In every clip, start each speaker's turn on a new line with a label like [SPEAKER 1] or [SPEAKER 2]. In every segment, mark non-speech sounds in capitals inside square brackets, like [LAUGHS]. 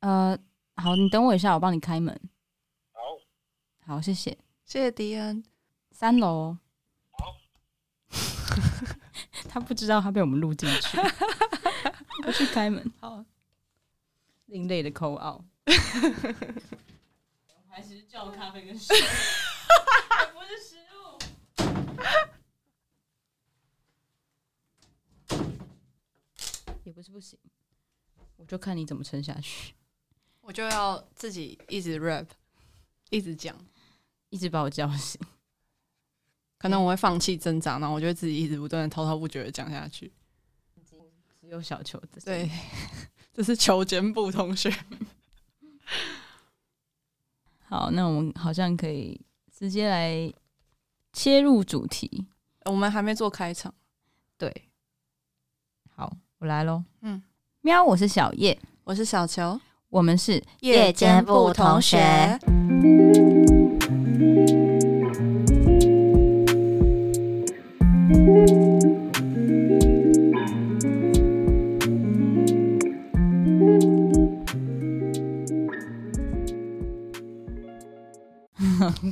[SPEAKER 1] 呃，好，你等我一下，我帮你开门。
[SPEAKER 2] 好，
[SPEAKER 1] 好，谢谢。
[SPEAKER 3] 谢谢迪恩。
[SPEAKER 1] 三楼哦
[SPEAKER 2] 好。
[SPEAKER 1] [LAUGHS] 他不知道他被我们录进
[SPEAKER 2] [LAUGHS]
[SPEAKER 1] 去。我去开门。
[SPEAKER 3] 好，
[SPEAKER 1] 另类的口号。还是叫咖啡跟水， [LAUGHS] 不是食物。也不是不行，我就看你怎么撑下去，
[SPEAKER 3] 我就要自己一直 rap，一直讲，
[SPEAKER 1] 一直把我叫醒。
[SPEAKER 3] 可能我会放弃挣扎，然后我就会自己一直不断的滔滔不绝的讲下去。
[SPEAKER 1] 只有小球的，
[SPEAKER 3] 对，， [LAUGHS] 这是求简部同学。
[SPEAKER 1] [LAUGHS] 好，那我们好像可以直接来切入主题。
[SPEAKER 3] 我们还没做开场，
[SPEAKER 1] 对，好，我来喽。
[SPEAKER 3] 嗯，
[SPEAKER 1] 喵，我是小叶，
[SPEAKER 3] 我是小球，
[SPEAKER 1] 我们
[SPEAKER 3] [LAUGHS]
[SPEAKER 1] 是
[SPEAKER 4] 夜间部同学。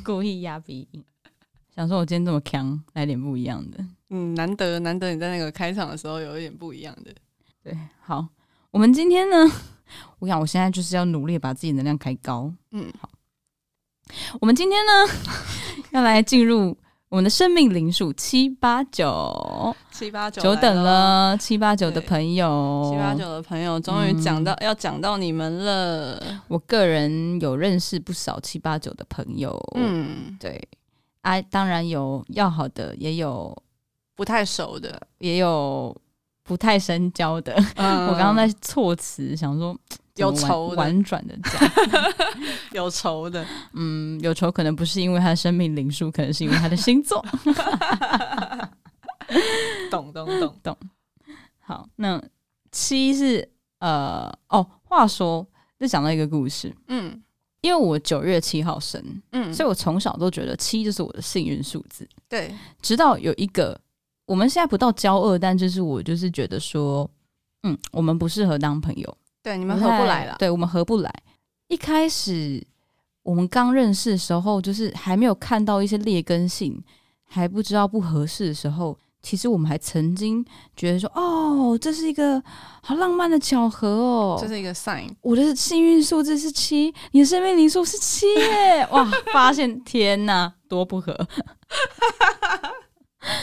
[SPEAKER 1] 故意压鼻音，想说我今天这么强，来点不一样的。
[SPEAKER 3] 嗯，难得难得你在那个开场的时候有一点不一样的。
[SPEAKER 1] 对，好，我们今天呢，我想我现在就是要努力把自己能量开高。
[SPEAKER 3] 嗯，
[SPEAKER 1] 我们今天呢， [LAUGHS] 要来进入我们的生命灵数七八九，
[SPEAKER 3] 七八九
[SPEAKER 1] 久
[SPEAKER 3] 来
[SPEAKER 1] 等
[SPEAKER 3] 咯，
[SPEAKER 1] 了七八九的
[SPEAKER 3] 对
[SPEAKER 1] 朋友，
[SPEAKER 3] 七八九的朋友终于讲到、
[SPEAKER 1] 嗯
[SPEAKER 3] 要讲到你们了。
[SPEAKER 1] 我个人有认识不少七八九的朋友，嗯，
[SPEAKER 3] 嗯，
[SPEAKER 1] 对，啊，当然有要好的，也有
[SPEAKER 3] 不太熟的。
[SPEAKER 1] 也有不太深交的。
[SPEAKER 3] 嗯
[SPEAKER 1] 我刚刚在措辞，想说
[SPEAKER 3] 有
[SPEAKER 1] 怎么
[SPEAKER 3] 仇的
[SPEAKER 1] 婉婉转的讲，
[SPEAKER 3] 有仇的，
[SPEAKER 1] 嗯，有仇可能不是因为他的生命灵数，可能是因为他的星
[SPEAKER 3] [LAUGHS]
[SPEAKER 1] 座。
[SPEAKER 3] 懂懂懂。
[SPEAKER 1] 好，那七是呃，哦，话说，就讲到一个故事，
[SPEAKER 3] 嗯
[SPEAKER 1] 因为我九月七号生，
[SPEAKER 3] 嗯，
[SPEAKER 1] 所以我从小都觉得七就是我的幸运数字。
[SPEAKER 3] 对，
[SPEAKER 1] 直到有一个，我们现在不到交恶，但就是我就是觉得说，嗯，我们不适合当朋友，
[SPEAKER 3] 对，你
[SPEAKER 1] 你
[SPEAKER 3] 们合不来了。
[SPEAKER 1] 对我们合不来。一开始我们刚认识的时候，就是还没有看到一些劣根性，还不知道不合适的时候，其实我们还曾经觉得说，哦，这是一个好浪漫的巧合哦，
[SPEAKER 3] 这是一个 sign，
[SPEAKER 1] 我的幸运数字是七，你的生命灵数是七
[SPEAKER 3] [LAUGHS]
[SPEAKER 1] 耶！哇，发现天哪，多不合。 [LAUGHS]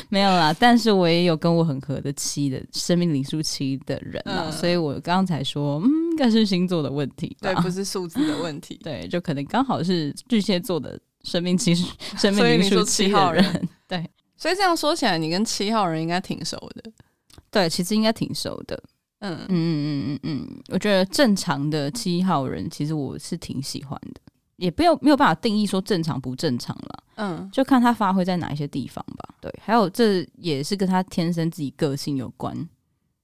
[SPEAKER 1] 没有啦，但是我也有跟我很合的七的生命灵数七的人啦，
[SPEAKER 3] 嗯
[SPEAKER 1] 所以我刚才说，嗯，应该是星座的问题吧
[SPEAKER 3] 对，不是数字的问题。
[SPEAKER 1] 啊 [LAUGHS] 对，就可能刚好是巨蟹座的生命其
[SPEAKER 3] [LAUGHS]
[SPEAKER 1] 实生命
[SPEAKER 3] 所以
[SPEAKER 1] 灵
[SPEAKER 3] 你
[SPEAKER 1] 数
[SPEAKER 3] 说
[SPEAKER 1] 七
[SPEAKER 3] 七号
[SPEAKER 1] 的
[SPEAKER 3] 人
[SPEAKER 1] 人， [LAUGHS] 对
[SPEAKER 3] 所以这样说起来，你跟七号人应该挺熟的。
[SPEAKER 1] 对，其实应该挺熟的。
[SPEAKER 3] 嗯嗯
[SPEAKER 1] 嗯嗯嗯嗯，嗯，我觉得正常的七号人，其实我是挺喜欢的，也不要没有办法定义说正常不正常了，
[SPEAKER 3] 嗯，
[SPEAKER 1] 就看他发挥在哪一些地方吧。对，还有这也是跟他天生自己个性有关。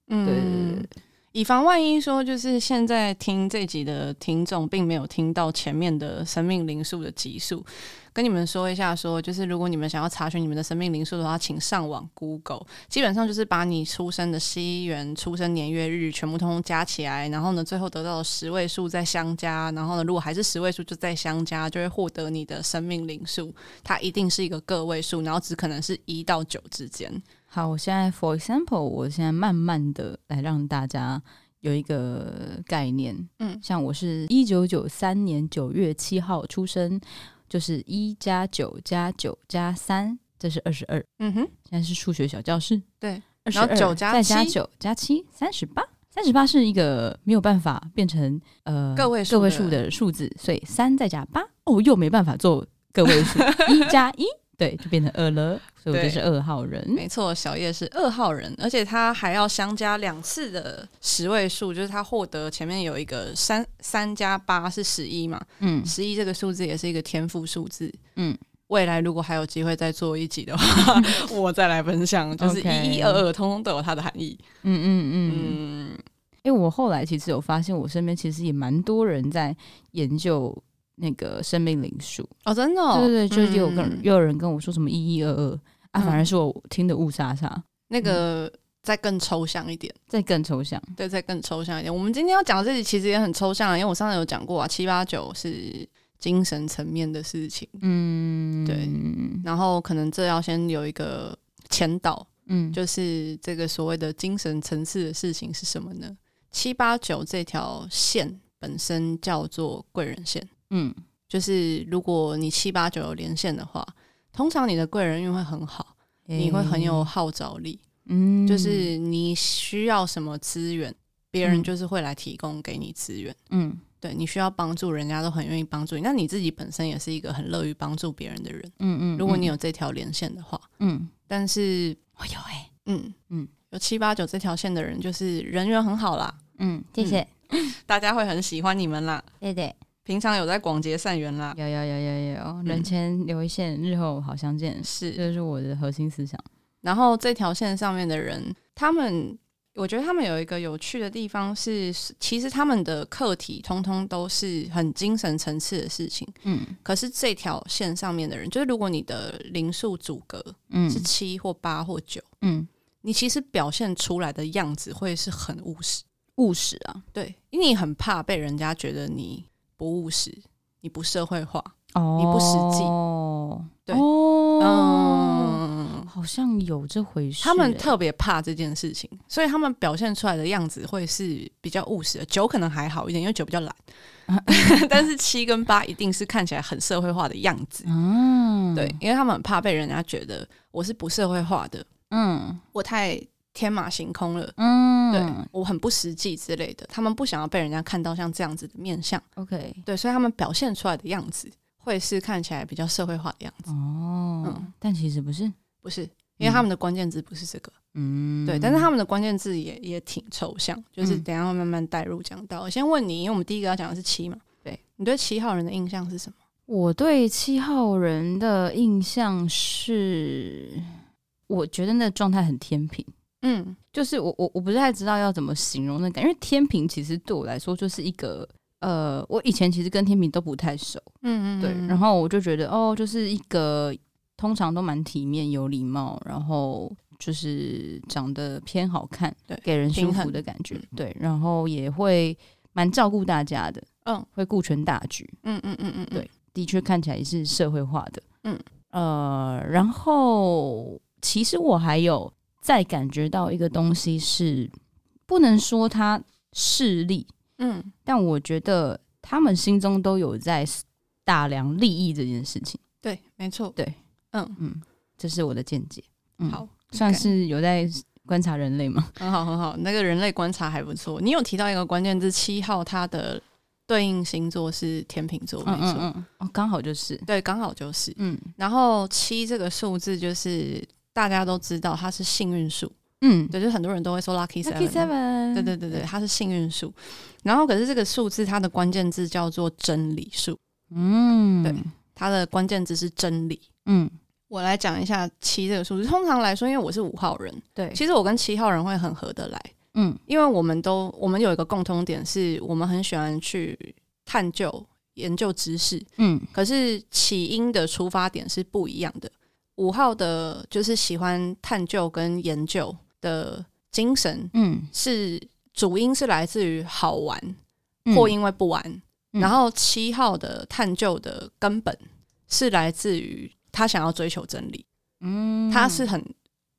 [SPEAKER 3] 嗯
[SPEAKER 1] 对对对对对，
[SPEAKER 3] 以防万一说，就是现在听这集的听众并没有听到前面的生命灵数的集数，跟你们说一下说就是如果你们想要查询你们的生命灵数的话，请上网 Google，基本上就是把你出生的西元、出生年月日全部通通加起来，然后呢，最后得到的十位数再相加，然后呢，如果还是十位数就再相加，就会获得你的生命灵数，它一定是一个个位数，然后只可能是一到九之间。
[SPEAKER 1] 好，我现在 for example，我现在慢慢的来让大家有一个概念。
[SPEAKER 3] 嗯
[SPEAKER 1] 像我是一九九三年九月七号出生，就是一加九加九加三，这是二十二。
[SPEAKER 3] 嗯哼，
[SPEAKER 1] 现在是数学小教室。
[SPEAKER 3] 对，
[SPEAKER 1] 22，
[SPEAKER 3] 然后9加
[SPEAKER 1] 再加
[SPEAKER 3] 7
[SPEAKER 1] 9加7，三十八。三十八是一个没有办法变成呃
[SPEAKER 3] 个位数
[SPEAKER 1] 个位
[SPEAKER 3] 的
[SPEAKER 1] 数的数字，所以三再加八，哦，又没办法做个位数，一加一， [LAUGHS] 对，就变成二了，所以我就
[SPEAKER 3] 对
[SPEAKER 1] 是二号人。
[SPEAKER 3] 没错，小叶是二号人，而且他还要相加两次的十位数，就是他获得前面有一个三三加八是十一嘛，
[SPEAKER 1] 嗯，
[SPEAKER 3] 十一这个数字也是一个天赋数字。
[SPEAKER 1] 嗯，
[SPEAKER 3] 未来如果还有机会再做一
[SPEAKER 1] [LAUGHS]
[SPEAKER 3] 集的话，我再来分享，就是
[SPEAKER 1] OK
[SPEAKER 3] 一一二二，通通都有它的含义。
[SPEAKER 1] 嗯嗯嗯，
[SPEAKER 3] 嗯，
[SPEAKER 1] 因为我后来其实有发现，我身边其实也蛮多人在研究那个生命灵数，
[SPEAKER 3] 哦，真的、哦，
[SPEAKER 1] 对对对，就是也有
[SPEAKER 3] 嗯
[SPEAKER 1] 跟也有人跟我说什么一一二二啊，
[SPEAKER 3] 嗯
[SPEAKER 1] 反而是我听的雾沙沙，
[SPEAKER 3] 那个再更抽象一点，
[SPEAKER 1] 再更抽象。
[SPEAKER 3] 对，再更抽象一点。我们今天要讲的这集其实也很抽象啊，因为我上次有讲过啊，七八九是精神层面的事情，
[SPEAKER 1] 嗯，
[SPEAKER 3] 对然后可能这要先有一个前导，
[SPEAKER 1] 嗯，就
[SPEAKER 3] 就是这个所谓的精神层次的事情是什么呢？七八九这条线本身叫做贵人线，
[SPEAKER 1] 嗯
[SPEAKER 3] 就是如果你七八九有连线的话，通常你的贵人运会很好，你会很有，号召力，
[SPEAKER 1] 嗯，
[SPEAKER 3] 就是你需要什么资源，别人
[SPEAKER 1] 嗯
[SPEAKER 3] 就是会来提供给你资源。
[SPEAKER 1] 嗯
[SPEAKER 3] 对你需要帮助，人家都很愿意帮助你。那你自己本身也是一个很乐于帮助别人的人，
[SPEAKER 1] 嗯嗯，
[SPEAKER 3] 如果你有这条连线的话。
[SPEAKER 1] 嗯
[SPEAKER 3] 但是我有哎、嗯
[SPEAKER 1] 嗯
[SPEAKER 3] 嗯，有七八九这条线的人，就是人缘很好啦，
[SPEAKER 1] 嗯，
[SPEAKER 4] 谢谢，
[SPEAKER 3] 大家会很喜欢你们啦。
[SPEAKER 4] 对对，
[SPEAKER 3] 平常有在广结善缘啦，
[SPEAKER 1] 有有有有有，人前留一线，日后好相见，
[SPEAKER 3] 是
[SPEAKER 1] 这是我的核心思想。
[SPEAKER 3] 然后这条线上面的人，他们我觉得他们有一个有趣的地方是，其实他们的课题通通都是很精神层次的事情。
[SPEAKER 1] 嗯
[SPEAKER 3] 可是这条线上面的人，就是如果你的零数阻隔
[SPEAKER 1] 嗯
[SPEAKER 3] 是七或八或九、
[SPEAKER 1] 嗯，
[SPEAKER 3] 你其实表现出来的样子会是很务实。
[SPEAKER 1] 务实啊。
[SPEAKER 3] 对，因为你很怕被人家觉得你不务实，你不社会化。
[SPEAKER 1] 哦，
[SPEAKER 3] 你不实际
[SPEAKER 1] 哦，
[SPEAKER 3] 对
[SPEAKER 1] 哦，
[SPEAKER 3] 嗯，
[SPEAKER 1] 好像有这回事欸。
[SPEAKER 3] 他们特别怕这件事情，所以他们表现出来的样子会是比较务实的。九可能还好一点，因为九比较懒，
[SPEAKER 1] 嗯
[SPEAKER 3] [LAUGHS] 但是七跟八一定是看起来很社会化的样子。
[SPEAKER 1] 嗯，
[SPEAKER 3] 对，，因为他们很怕被人家觉得我是不社会化的，
[SPEAKER 1] 嗯
[SPEAKER 3] 我太天马行空了，
[SPEAKER 1] 嗯，
[SPEAKER 3] 对我很不实际之类的。他们不想要被人家看到像这样子的面相，
[SPEAKER 1] ，OK，
[SPEAKER 3] 对，所以他们表现出来的样子会是看起来比较社会化的样子，
[SPEAKER 1] 哦
[SPEAKER 3] 嗯，
[SPEAKER 1] 但其实不是，
[SPEAKER 3] 不是。因为他们的关键字不是这个，
[SPEAKER 1] 嗯，
[SPEAKER 3] 对，但是他们的关键字也也挺抽象，就是等一下会慢慢带入讲到。我先问你，因为我们第一个要讲的是七嘛，
[SPEAKER 1] 对
[SPEAKER 3] 你对七号人的印象是什么？
[SPEAKER 1] 我对七号人的印象是，我觉得那个状态很天平，
[SPEAKER 3] 嗯
[SPEAKER 1] 就是我我我不太知道要怎么形容那感觉，因为天平其实对我来说就是一个。呃，我以前其实跟天平都不太熟，
[SPEAKER 3] 嗯
[SPEAKER 1] 对，然后我就觉得哦，就是一个通常都蛮体面、有礼貌，然后就是长得偏好看，
[SPEAKER 3] 对
[SPEAKER 1] 给人舒
[SPEAKER 3] 平
[SPEAKER 1] 服
[SPEAKER 3] 衡嗯
[SPEAKER 1] 的感觉，对，然后也会蛮照顾大家的，
[SPEAKER 3] 嗯
[SPEAKER 1] 会顾全大局，
[SPEAKER 3] 嗯嗯嗯嗯，
[SPEAKER 1] 对的确看起来也是社会化的，
[SPEAKER 3] 嗯
[SPEAKER 1] 呃，然后其实我还有再感觉到一个东西是，不能说他势利，
[SPEAKER 3] 嗯
[SPEAKER 1] 但我觉得他们心中都有在打量利益这件事情，
[SPEAKER 3] 对，没错，
[SPEAKER 1] 对，
[SPEAKER 3] 嗯，
[SPEAKER 1] 嗯，这是我的见解，嗯，
[SPEAKER 3] 好，
[SPEAKER 1] 算是有在观察人类嘛，
[SPEAKER 3] 很好很好。那个人类观察还不错，你有提到一个关键字七号，它的对应星座是天秤座，没
[SPEAKER 1] 嗯
[SPEAKER 3] 错，
[SPEAKER 1] 嗯嗯，哦，刚好就是，
[SPEAKER 3] 对，刚好就是。
[SPEAKER 1] 嗯
[SPEAKER 3] 然后七这个数字就是大家都知道它是幸运数，
[SPEAKER 1] 嗯
[SPEAKER 3] 对，就是很多人都会说 lucky
[SPEAKER 1] ，Lucky
[SPEAKER 3] seven。
[SPEAKER 1] Seven，嗯
[SPEAKER 3] 对对对对，，它是幸运数。然后可是这个数字它的关键字叫做真理数，
[SPEAKER 1] 嗯，
[SPEAKER 3] 对，它的关键字是真理。
[SPEAKER 1] 嗯
[SPEAKER 3] 我来讲一下七这个数字。通常来说，因为我是五号人，
[SPEAKER 1] 对，
[SPEAKER 3] 其实我跟七号人会很合得来，
[SPEAKER 1] 嗯
[SPEAKER 3] 因为我们都我们有一个共通点，是我们很喜欢去探究、研究知识，
[SPEAKER 1] 嗯
[SPEAKER 3] 可是起因的出发点是不一样的。五号的就是喜欢探究跟研究的精神
[SPEAKER 1] 嗯，
[SPEAKER 3] 是主因是来自于好玩，
[SPEAKER 1] 嗯
[SPEAKER 3] 或因为不玩。
[SPEAKER 1] 嗯
[SPEAKER 3] 然后七号的探究的根本是来自于他想要追求真理，
[SPEAKER 1] 嗯
[SPEAKER 3] 他是很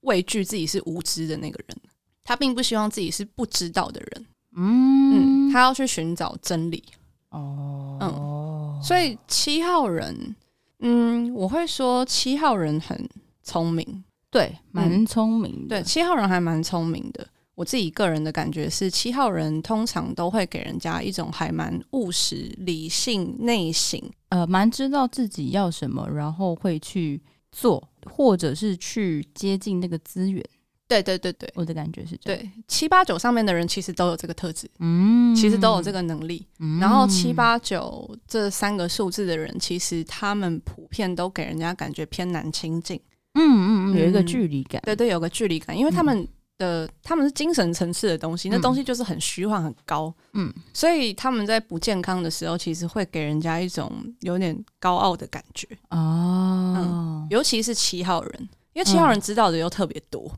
[SPEAKER 3] 畏惧自己是无知的那个人，他并不希望自己是不知道的人，
[SPEAKER 1] 嗯
[SPEAKER 3] 嗯，他要去寻找真理。
[SPEAKER 1] 哦，
[SPEAKER 3] 所以七号人，嗯，我会说七号人很聪明，
[SPEAKER 1] 对，蛮聪明的，
[SPEAKER 3] 对，七号人还蛮聪明的。我自己个人的感觉是，七号人通常都会给人家一种还蛮务实、理性、内省，
[SPEAKER 1] 呃，蛮知道自己要什么，然后会去做，或者是去接近那个资源，
[SPEAKER 3] 对对对对
[SPEAKER 1] 我的感觉是这样，对，
[SPEAKER 3] 对，七八九上面的人其实都有这个特质，
[SPEAKER 1] 嗯
[SPEAKER 3] 其实都有这，个能力。
[SPEAKER 1] 嗯
[SPEAKER 3] 然后七，八九这三个数字的人，其实他们普遍都给人家感觉偏难亲近，
[SPEAKER 1] 嗯嗯嗯，有一个
[SPEAKER 3] 嗯
[SPEAKER 1] 距离感，
[SPEAKER 3] 对对，有个距离感，因为他们的、他们是精神层次的东西，那
[SPEAKER 1] 嗯
[SPEAKER 3] 东西就是很虚幻、很高，
[SPEAKER 1] 嗯，
[SPEAKER 3] 所以他们在不健康的时候，其实会给人家一种有点高傲的感觉，
[SPEAKER 1] 哦，
[SPEAKER 3] 嗯
[SPEAKER 1] 嗯
[SPEAKER 3] 尤其是七号人，因为七号人知道的又特别多。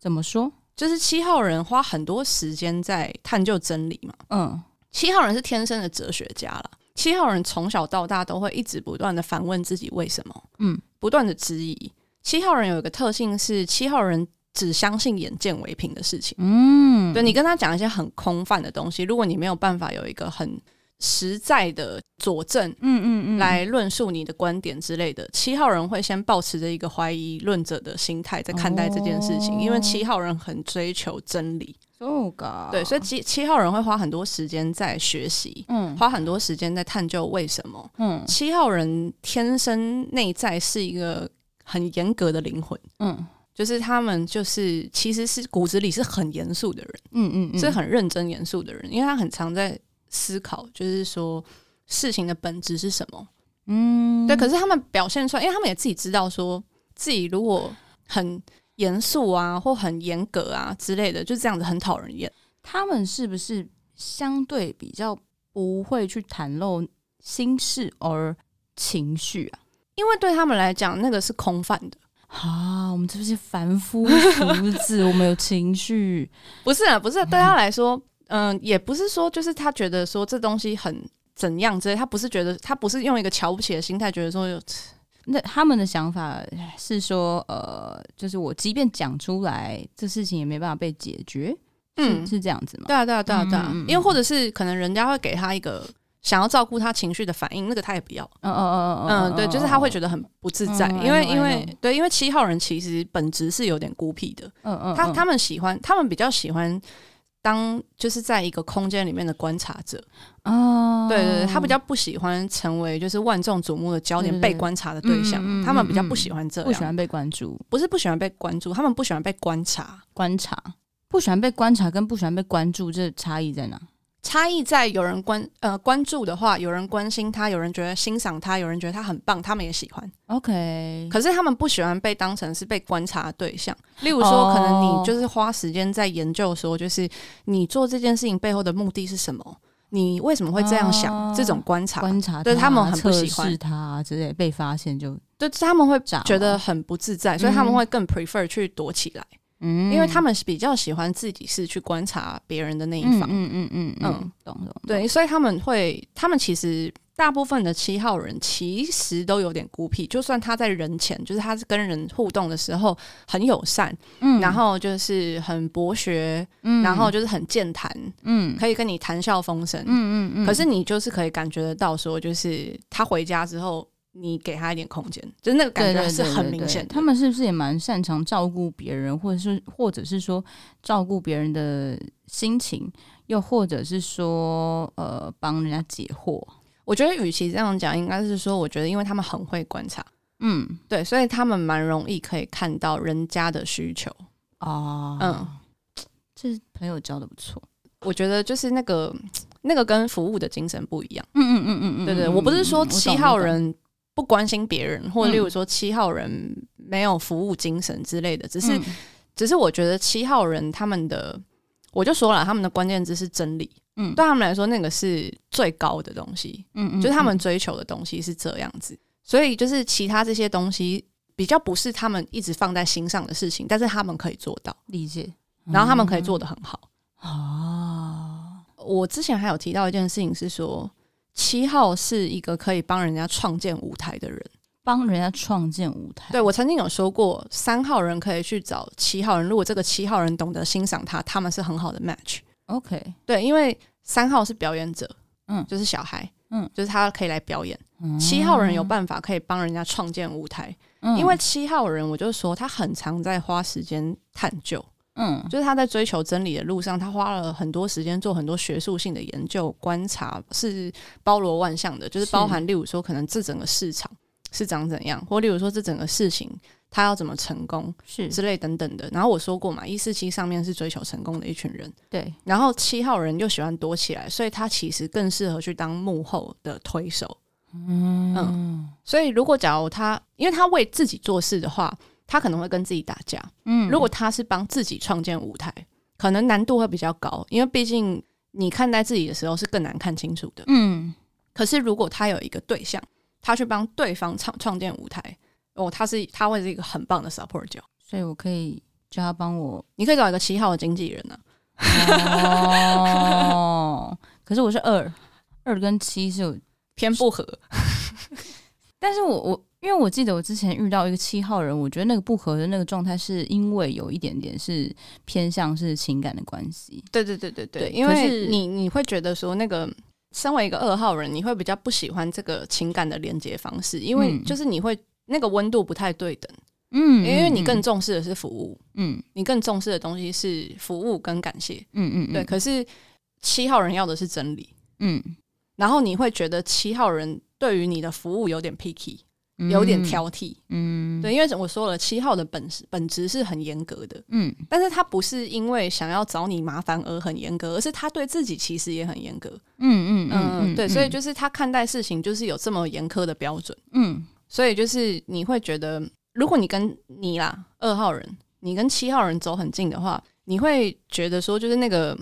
[SPEAKER 1] 怎么说？
[SPEAKER 3] 就是七号人花很多时间在探究真理嘛。
[SPEAKER 1] 嗯，
[SPEAKER 3] 七号人是天生的哲学家了。七号人从小到大都会一直不断的反问自己为什么，
[SPEAKER 1] 嗯，
[SPEAKER 3] 不断的质疑。七号人有一个特性是，七号人只相信眼见为凭的事情。
[SPEAKER 1] 嗯，
[SPEAKER 3] 对你跟他讲一些很空泛的东西，如果你没有办法有一个很实在的佐证
[SPEAKER 1] 嗯嗯嗯，
[SPEAKER 3] 来论述你的观点之类的，七号人会先保持着一个怀疑论者的心态在看待这件事情，
[SPEAKER 1] 哦
[SPEAKER 3] 因为七号人很追求真理，
[SPEAKER 1] ，so ga，
[SPEAKER 3] 对，所以七七号人会花很多时间在学习，
[SPEAKER 1] 啊嗯
[SPEAKER 3] 花很多时间在探究为什么。
[SPEAKER 1] 嗯
[SPEAKER 3] 七号人天生内在是一个很严格的灵魂，
[SPEAKER 1] 嗯
[SPEAKER 3] 就是他们就是其实是骨子里是很严肃的人。
[SPEAKER 1] 嗯嗯嗯，
[SPEAKER 3] 是很认真严肃的人，因为他很常在思考，就是说事情的本质是什么。
[SPEAKER 1] 嗯，
[SPEAKER 3] 对，可是他们表现出来，因为他们也自己知道说，自己如果很严肃啊，或很严格啊之类的，就这样子很讨人厌。
[SPEAKER 1] 他们是不是相对比较不会去袒露心事而情绪啊？
[SPEAKER 3] 因为对他们来讲，那个是空泛的，
[SPEAKER 1] 啊，我们这些凡夫俗 [LAUGHS] 子，我们有情绪，
[SPEAKER 3] 不是啊，不是啊对他来说，嗯、也不是说就是他觉得说这东西很怎样之类，他不是觉得他不是用一个瞧不起的心态，觉得说有
[SPEAKER 1] 那他们的想法是说，呃，就是我即便讲出来，这事情也没办法被解决，
[SPEAKER 3] 嗯
[SPEAKER 1] 是是这样子吗？
[SPEAKER 3] 对啊，对啊，对啊，对啊
[SPEAKER 1] 嗯嗯嗯，
[SPEAKER 3] 因为或者是可能人家会给他一个想要照顾他情绪的反应，那个他也不要。
[SPEAKER 1] 嗯嗯嗯
[SPEAKER 3] 嗯，对，就是他会觉得很不自在，
[SPEAKER 1] 嗯
[SPEAKER 3] 因为
[SPEAKER 1] I know，
[SPEAKER 3] 因
[SPEAKER 1] I
[SPEAKER 3] 为
[SPEAKER 1] know
[SPEAKER 3] 对，因为七号人其实本质是有点孤僻的，
[SPEAKER 1] 得，嗯嗯，
[SPEAKER 3] 他
[SPEAKER 1] 嗯
[SPEAKER 3] 他们喜欢，他们比较喜欢当就是在一个空间里面的观察者，
[SPEAKER 1] 哦，
[SPEAKER 3] 对对对，他比较不喜欢成为就是万众瞩目的焦点
[SPEAKER 1] 对对对
[SPEAKER 3] 被观察的对象
[SPEAKER 1] 嗯嗯嗯嗯，
[SPEAKER 3] 他们比较
[SPEAKER 1] 嗯
[SPEAKER 3] 不喜欢这
[SPEAKER 1] 不喜
[SPEAKER 3] 样，
[SPEAKER 1] 欢被关注、
[SPEAKER 3] 不是不喜欢被关注，他们不喜欢被观察。
[SPEAKER 1] 观察，不喜欢被观察跟不喜欢被关注，这差异在哪？
[SPEAKER 3] 差异在有人关呃关注的话，有人关心他，有人觉得欣赏他，有人觉得他很棒，他们也喜欢。
[SPEAKER 1] OK，
[SPEAKER 3] 可是他们不喜欢被当成是被观察的对象。例如
[SPEAKER 1] 哦
[SPEAKER 3] 说，可能你就是花时间在研究说，就是你做这件事情背后的目的是什么，你为什么会这样想？
[SPEAKER 1] 哦
[SPEAKER 3] 这种观察，
[SPEAKER 1] 观察，
[SPEAKER 3] 对他们很不
[SPEAKER 1] 啊测
[SPEAKER 3] 喜欢
[SPEAKER 1] 试他之类，被发现就
[SPEAKER 3] 对他们会
[SPEAKER 1] 炸了
[SPEAKER 3] 觉得很不自在，所以他们会更 prefer 去躲起来，
[SPEAKER 1] 嗯
[SPEAKER 3] 因为他们是比较喜欢自己是去观察别人的那一
[SPEAKER 1] 嗯
[SPEAKER 3] 方。
[SPEAKER 1] 嗯嗯嗯嗯
[SPEAKER 3] 嗯，
[SPEAKER 1] 懂懂，懂，
[SPEAKER 3] 对，所以他们会，他们其实大部分的七号人其实都有点孤僻，就算他在人前，就是他是跟人互动的时候很友善，
[SPEAKER 1] 嗯
[SPEAKER 3] 然后就是很博学，
[SPEAKER 1] 嗯
[SPEAKER 3] 然后就是很健谈，
[SPEAKER 1] 嗯
[SPEAKER 3] 可以跟你谈笑风生。
[SPEAKER 1] 嗯嗯嗯，
[SPEAKER 3] 可是你就是可以感觉得到，说就是他回家之后，你给他一点空间，就是那个感
[SPEAKER 1] 对
[SPEAKER 3] 觉
[SPEAKER 1] 对
[SPEAKER 3] 是
[SPEAKER 1] 对
[SPEAKER 3] 很
[SPEAKER 1] 对
[SPEAKER 3] 明
[SPEAKER 1] 对
[SPEAKER 3] 显的。
[SPEAKER 1] 他们是不是也蛮擅长照顾别人，或者是或者是说照顾别人的心情，又或者是说呃帮人家解惑？
[SPEAKER 3] 我觉得与其这样讲，应该是说，我觉得因为他们很会观察，
[SPEAKER 1] 嗯
[SPEAKER 3] 对，所以他们蛮容易可以看到人家的需求。
[SPEAKER 1] 啊，
[SPEAKER 3] 嗯，
[SPEAKER 1] 这朋友交的不错。
[SPEAKER 3] 我觉得就是那个那个跟服务的精神不一样，
[SPEAKER 1] 嗯嗯嗯嗯嗯，
[SPEAKER 3] 对对，
[SPEAKER 1] 嗯
[SPEAKER 3] 我不是说
[SPEAKER 1] 嗯
[SPEAKER 3] 七号
[SPEAKER 1] 我懂我懂
[SPEAKER 3] 人不关心别人，或
[SPEAKER 1] 嗯
[SPEAKER 3] 者例如说七号人没有服务精神之类的，只是、
[SPEAKER 1] 嗯
[SPEAKER 3] 只是我觉得七号人他们的，我就说了，他们的关键字是真理，
[SPEAKER 1] 嗯
[SPEAKER 3] 对他们来说那个是最高的东西，
[SPEAKER 1] 嗯嗯，
[SPEAKER 3] 就是他们
[SPEAKER 1] 嗯
[SPEAKER 3] 追求的东西是这样子，所以就是其他这些东西比较不是他们一直放在心上的事情，但是他们可以做到，
[SPEAKER 1] 理解，
[SPEAKER 3] 然后他们可以
[SPEAKER 1] 嗯
[SPEAKER 3] 做得很好。
[SPEAKER 1] 啊，
[SPEAKER 3] 我之前还有提到一件事情是说，七号是一个可以帮人家创建舞台的人。
[SPEAKER 1] 帮人家创建舞台。
[SPEAKER 3] 对我曾经有说过，三号人可以去找七号人，如果这个七号人懂得欣赏他，他们是很好的 match。
[SPEAKER 1] ，OK，
[SPEAKER 3] 对，因为三号是表演者，
[SPEAKER 1] 嗯
[SPEAKER 3] 就是小孩，
[SPEAKER 1] 嗯
[SPEAKER 3] 就是他可以来表演。
[SPEAKER 1] 嗯
[SPEAKER 3] 七号人有办法可以帮人家创建舞台，
[SPEAKER 1] 嗯
[SPEAKER 3] 因为七号人我就说他很常在花时间探究，
[SPEAKER 1] 嗯
[SPEAKER 3] 就是他在追求真理的路上，他花了很多时间做很多学术性的研究、观察，是包罗万象的，就是
[SPEAKER 1] 是
[SPEAKER 3] 包含例如说，可能这整个市场是长怎样，或例如说这整个事情他要怎么成功
[SPEAKER 1] 是
[SPEAKER 3] 之类等等的。然后我说过嘛，一四七上面是追求成功的一群人，
[SPEAKER 1] 对
[SPEAKER 3] 然后七号人又喜欢躲起来，所以他其实更适合去当幕后的推手。
[SPEAKER 1] 嗯
[SPEAKER 3] 所以如果假如他，因为他为自己做事的话，他可能会跟自己打架，
[SPEAKER 1] 嗯
[SPEAKER 3] 如果他是帮自己创建舞台，可能难度会比较高，因为毕竟你看待自己的时候是更难看清楚的。
[SPEAKER 1] 嗯
[SPEAKER 3] 可是如果他有一个对象，他去帮对方创创建舞台，哦，他是他会是一个很棒的 support 角。
[SPEAKER 1] 所以我可以叫他帮我
[SPEAKER 3] 你可以找一个七号的经纪人啊。
[SPEAKER 1] 哦。 [LAUGHS] 可是我是二，二跟七是有，
[SPEAKER 3] 偏不合，
[SPEAKER 1] 但是我我因为我记得我之前遇到一个七号人，我觉得那个不合的那个状态，是因为有一点点是偏向是情感的关系。
[SPEAKER 3] 对对对对对，
[SPEAKER 1] 对
[SPEAKER 3] 因
[SPEAKER 1] 可
[SPEAKER 3] 为
[SPEAKER 1] 是
[SPEAKER 3] 你你会觉得说，那个身为一个二号人，你会比较不喜欢这个情感的连接方式，因为
[SPEAKER 1] 嗯
[SPEAKER 3] 就是你会那个温度不太对等，
[SPEAKER 1] 嗯
[SPEAKER 3] 因为你更重视的是服务，
[SPEAKER 1] 嗯
[SPEAKER 3] 你更重视的东西是服务跟感谢，
[SPEAKER 1] 嗯嗯嗯
[SPEAKER 3] 对。可是七号人要的是真理，
[SPEAKER 1] 嗯
[SPEAKER 3] 然后你会觉得七号人对于你的服务有点 picky，
[SPEAKER 1] 嗯
[SPEAKER 3] 有点挑剔，
[SPEAKER 1] 嗯
[SPEAKER 3] 对，因为我说了，七号的本质本质是很严格的，
[SPEAKER 1] 嗯
[SPEAKER 3] 但是他不是因为想要找你麻烦而很严格，而是他对自己其实也很严格。
[SPEAKER 1] 嗯嗯
[SPEAKER 3] 嗯，
[SPEAKER 1] 嗯
[SPEAKER 3] 对，所以就是他看待事情就是有这么严苛的标准，
[SPEAKER 1] 嗯
[SPEAKER 3] 所以就是你会觉得，如果你跟你啦二号人，你跟七号人走很近的话，你会觉得说，就是那个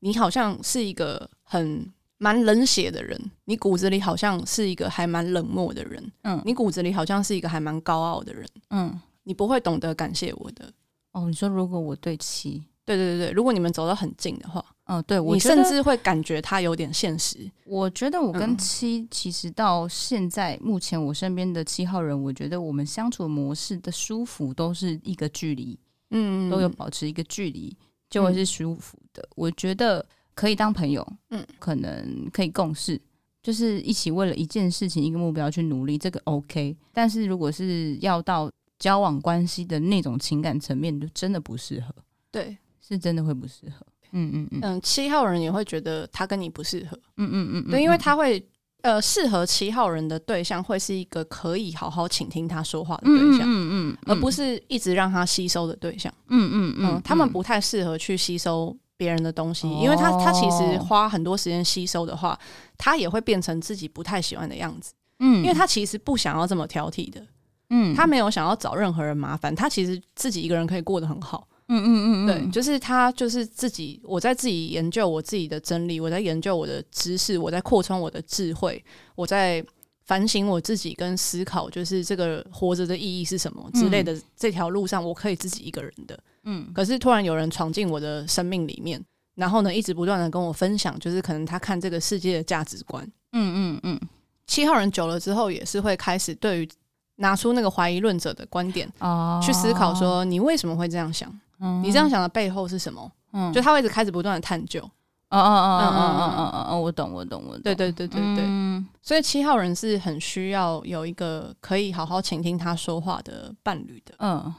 [SPEAKER 3] 你好像是一个很蛮冷血的人，你骨子里好像是一个还蛮冷漠的人，
[SPEAKER 1] 嗯
[SPEAKER 3] 你骨子里好像是一个还蛮高傲的人，
[SPEAKER 1] 嗯
[SPEAKER 3] 你不会懂得感谢我的。
[SPEAKER 1] 哦，你说如果我对七，
[SPEAKER 3] 对对对对，如果你们走得很近的话，
[SPEAKER 1] 哦，对我
[SPEAKER 3] 你
[SPEAKER 1] 觉得
[SPEAKER 3] 甚至会感嗯觉他有点现实。
[SPEAKER 1] 我觉得我
[SPEAKER 3] 嗯
[SPEAKER 1] 跟七其实到现在目前我身边的七号人，我觉得我们相处模式的舒服都是一个距离，
[SPEAKER 3] 嗯
[SPEAKER 1] 都有保持一个距离，就会是舒服的。我觉得可以当朋友，
[SPEAKER 3] 嗯
[SPEAKER 1] 嗯，可能可以共事，就是一起为了一件事情、一个目标去努力，这个 OK。但是如果是要到交往关系的那种情感层面，就真的不适合，
[SPEAKER 3] 对，
[SPEAKER 1] 是真的会不适合。嗯嗯嗯
[SPEAKER 3] 嗯，七号人也会觉得他跟你不适合，
[SPEAKER 1] 嗯嗯嗯，嗯
[SPEAKER 3] 对，因为
[SPEAKER 1] 嗯
[SPEAKER 3] 他会呃，适合七号人的对象会是一个可以好好倾听他说话的
[SPEAKER 1] 嗯
[SPEAKER 3] 对
[SPEAKER 1] 嗯
[SPEAKER 3] 象，
[SPEAKER 1] 嗯嗯，
[SPEAKER 3] 而不
[SPEAKER 1] 是
[SPEAKER 3] 是一直让他吸收的对象。
[SPEAKER 1] 嗯嗯
[SPEAKER 3] 嗯，
[SPEAKER 1] 嗯，
[SPEAKER 3] 他们
[SPEAKER 1] 嗯
[SPEAKER 3] 不太适合去吸收别人的东西，
[SPEAKER 1] 哦
[SPEAKER 3] 因为他他其实花很多时间吸收的话，他也会变成自己不太喜欢的样子，
[SPEAKER 1] 嗯，
[SPEAKER 3] 因为他其实不想要这么挑剔的，
[SPEAKER 1] 嗯
[SPEAKER 3] 他没有想要找任何人麻烦，他其实自己一个人可以过得很好。
[SPEAKER 1] 嗯嗯嗯嗯
[SPEAKER 3] 对，就是他就是自己，我在自己研究我自己的真理，我在研究我的知识，我在扩充我的智慧，我在反省我自己跟思考，就是这个活着的意义是什么之类的。这条路上，我可以自己一个人的，
[SPEAKER 1] 嗯
[SPEAKER 3] 可是突然有人闯进我的生命里面，然后呢，一直不断的跟我分享，就是可能他看这个世界的价值观。
[SPEAKER 1] 嗯嗯嗯
[SPEAKER 3] 七号人久了之后，也是会开始对于拿出那个怀疑论者的观点
[SPEAKER 1] 哦，
[SPEAKER 3] 去思考，说你为什么会这样想？
[SPEAKER 1] 嗯
[SPEAKER 3] 你这样想的背后是什么？
[SPEAKER 1] 嗯
[SPEAKER 3] 就他嗯会一直开始不断的探究。
[SPEAKER 1] 哦哦哦哦哦哦哦，我懂我懂我懂，
[SPEAKER 3] 对对对对对，
[SPEAKER 1] 嗯
[SPEAKER 3] 所以七号人是很需要有一个可以好好倾听他说话的伴侣的。
[SPEAKER 1] 嗯，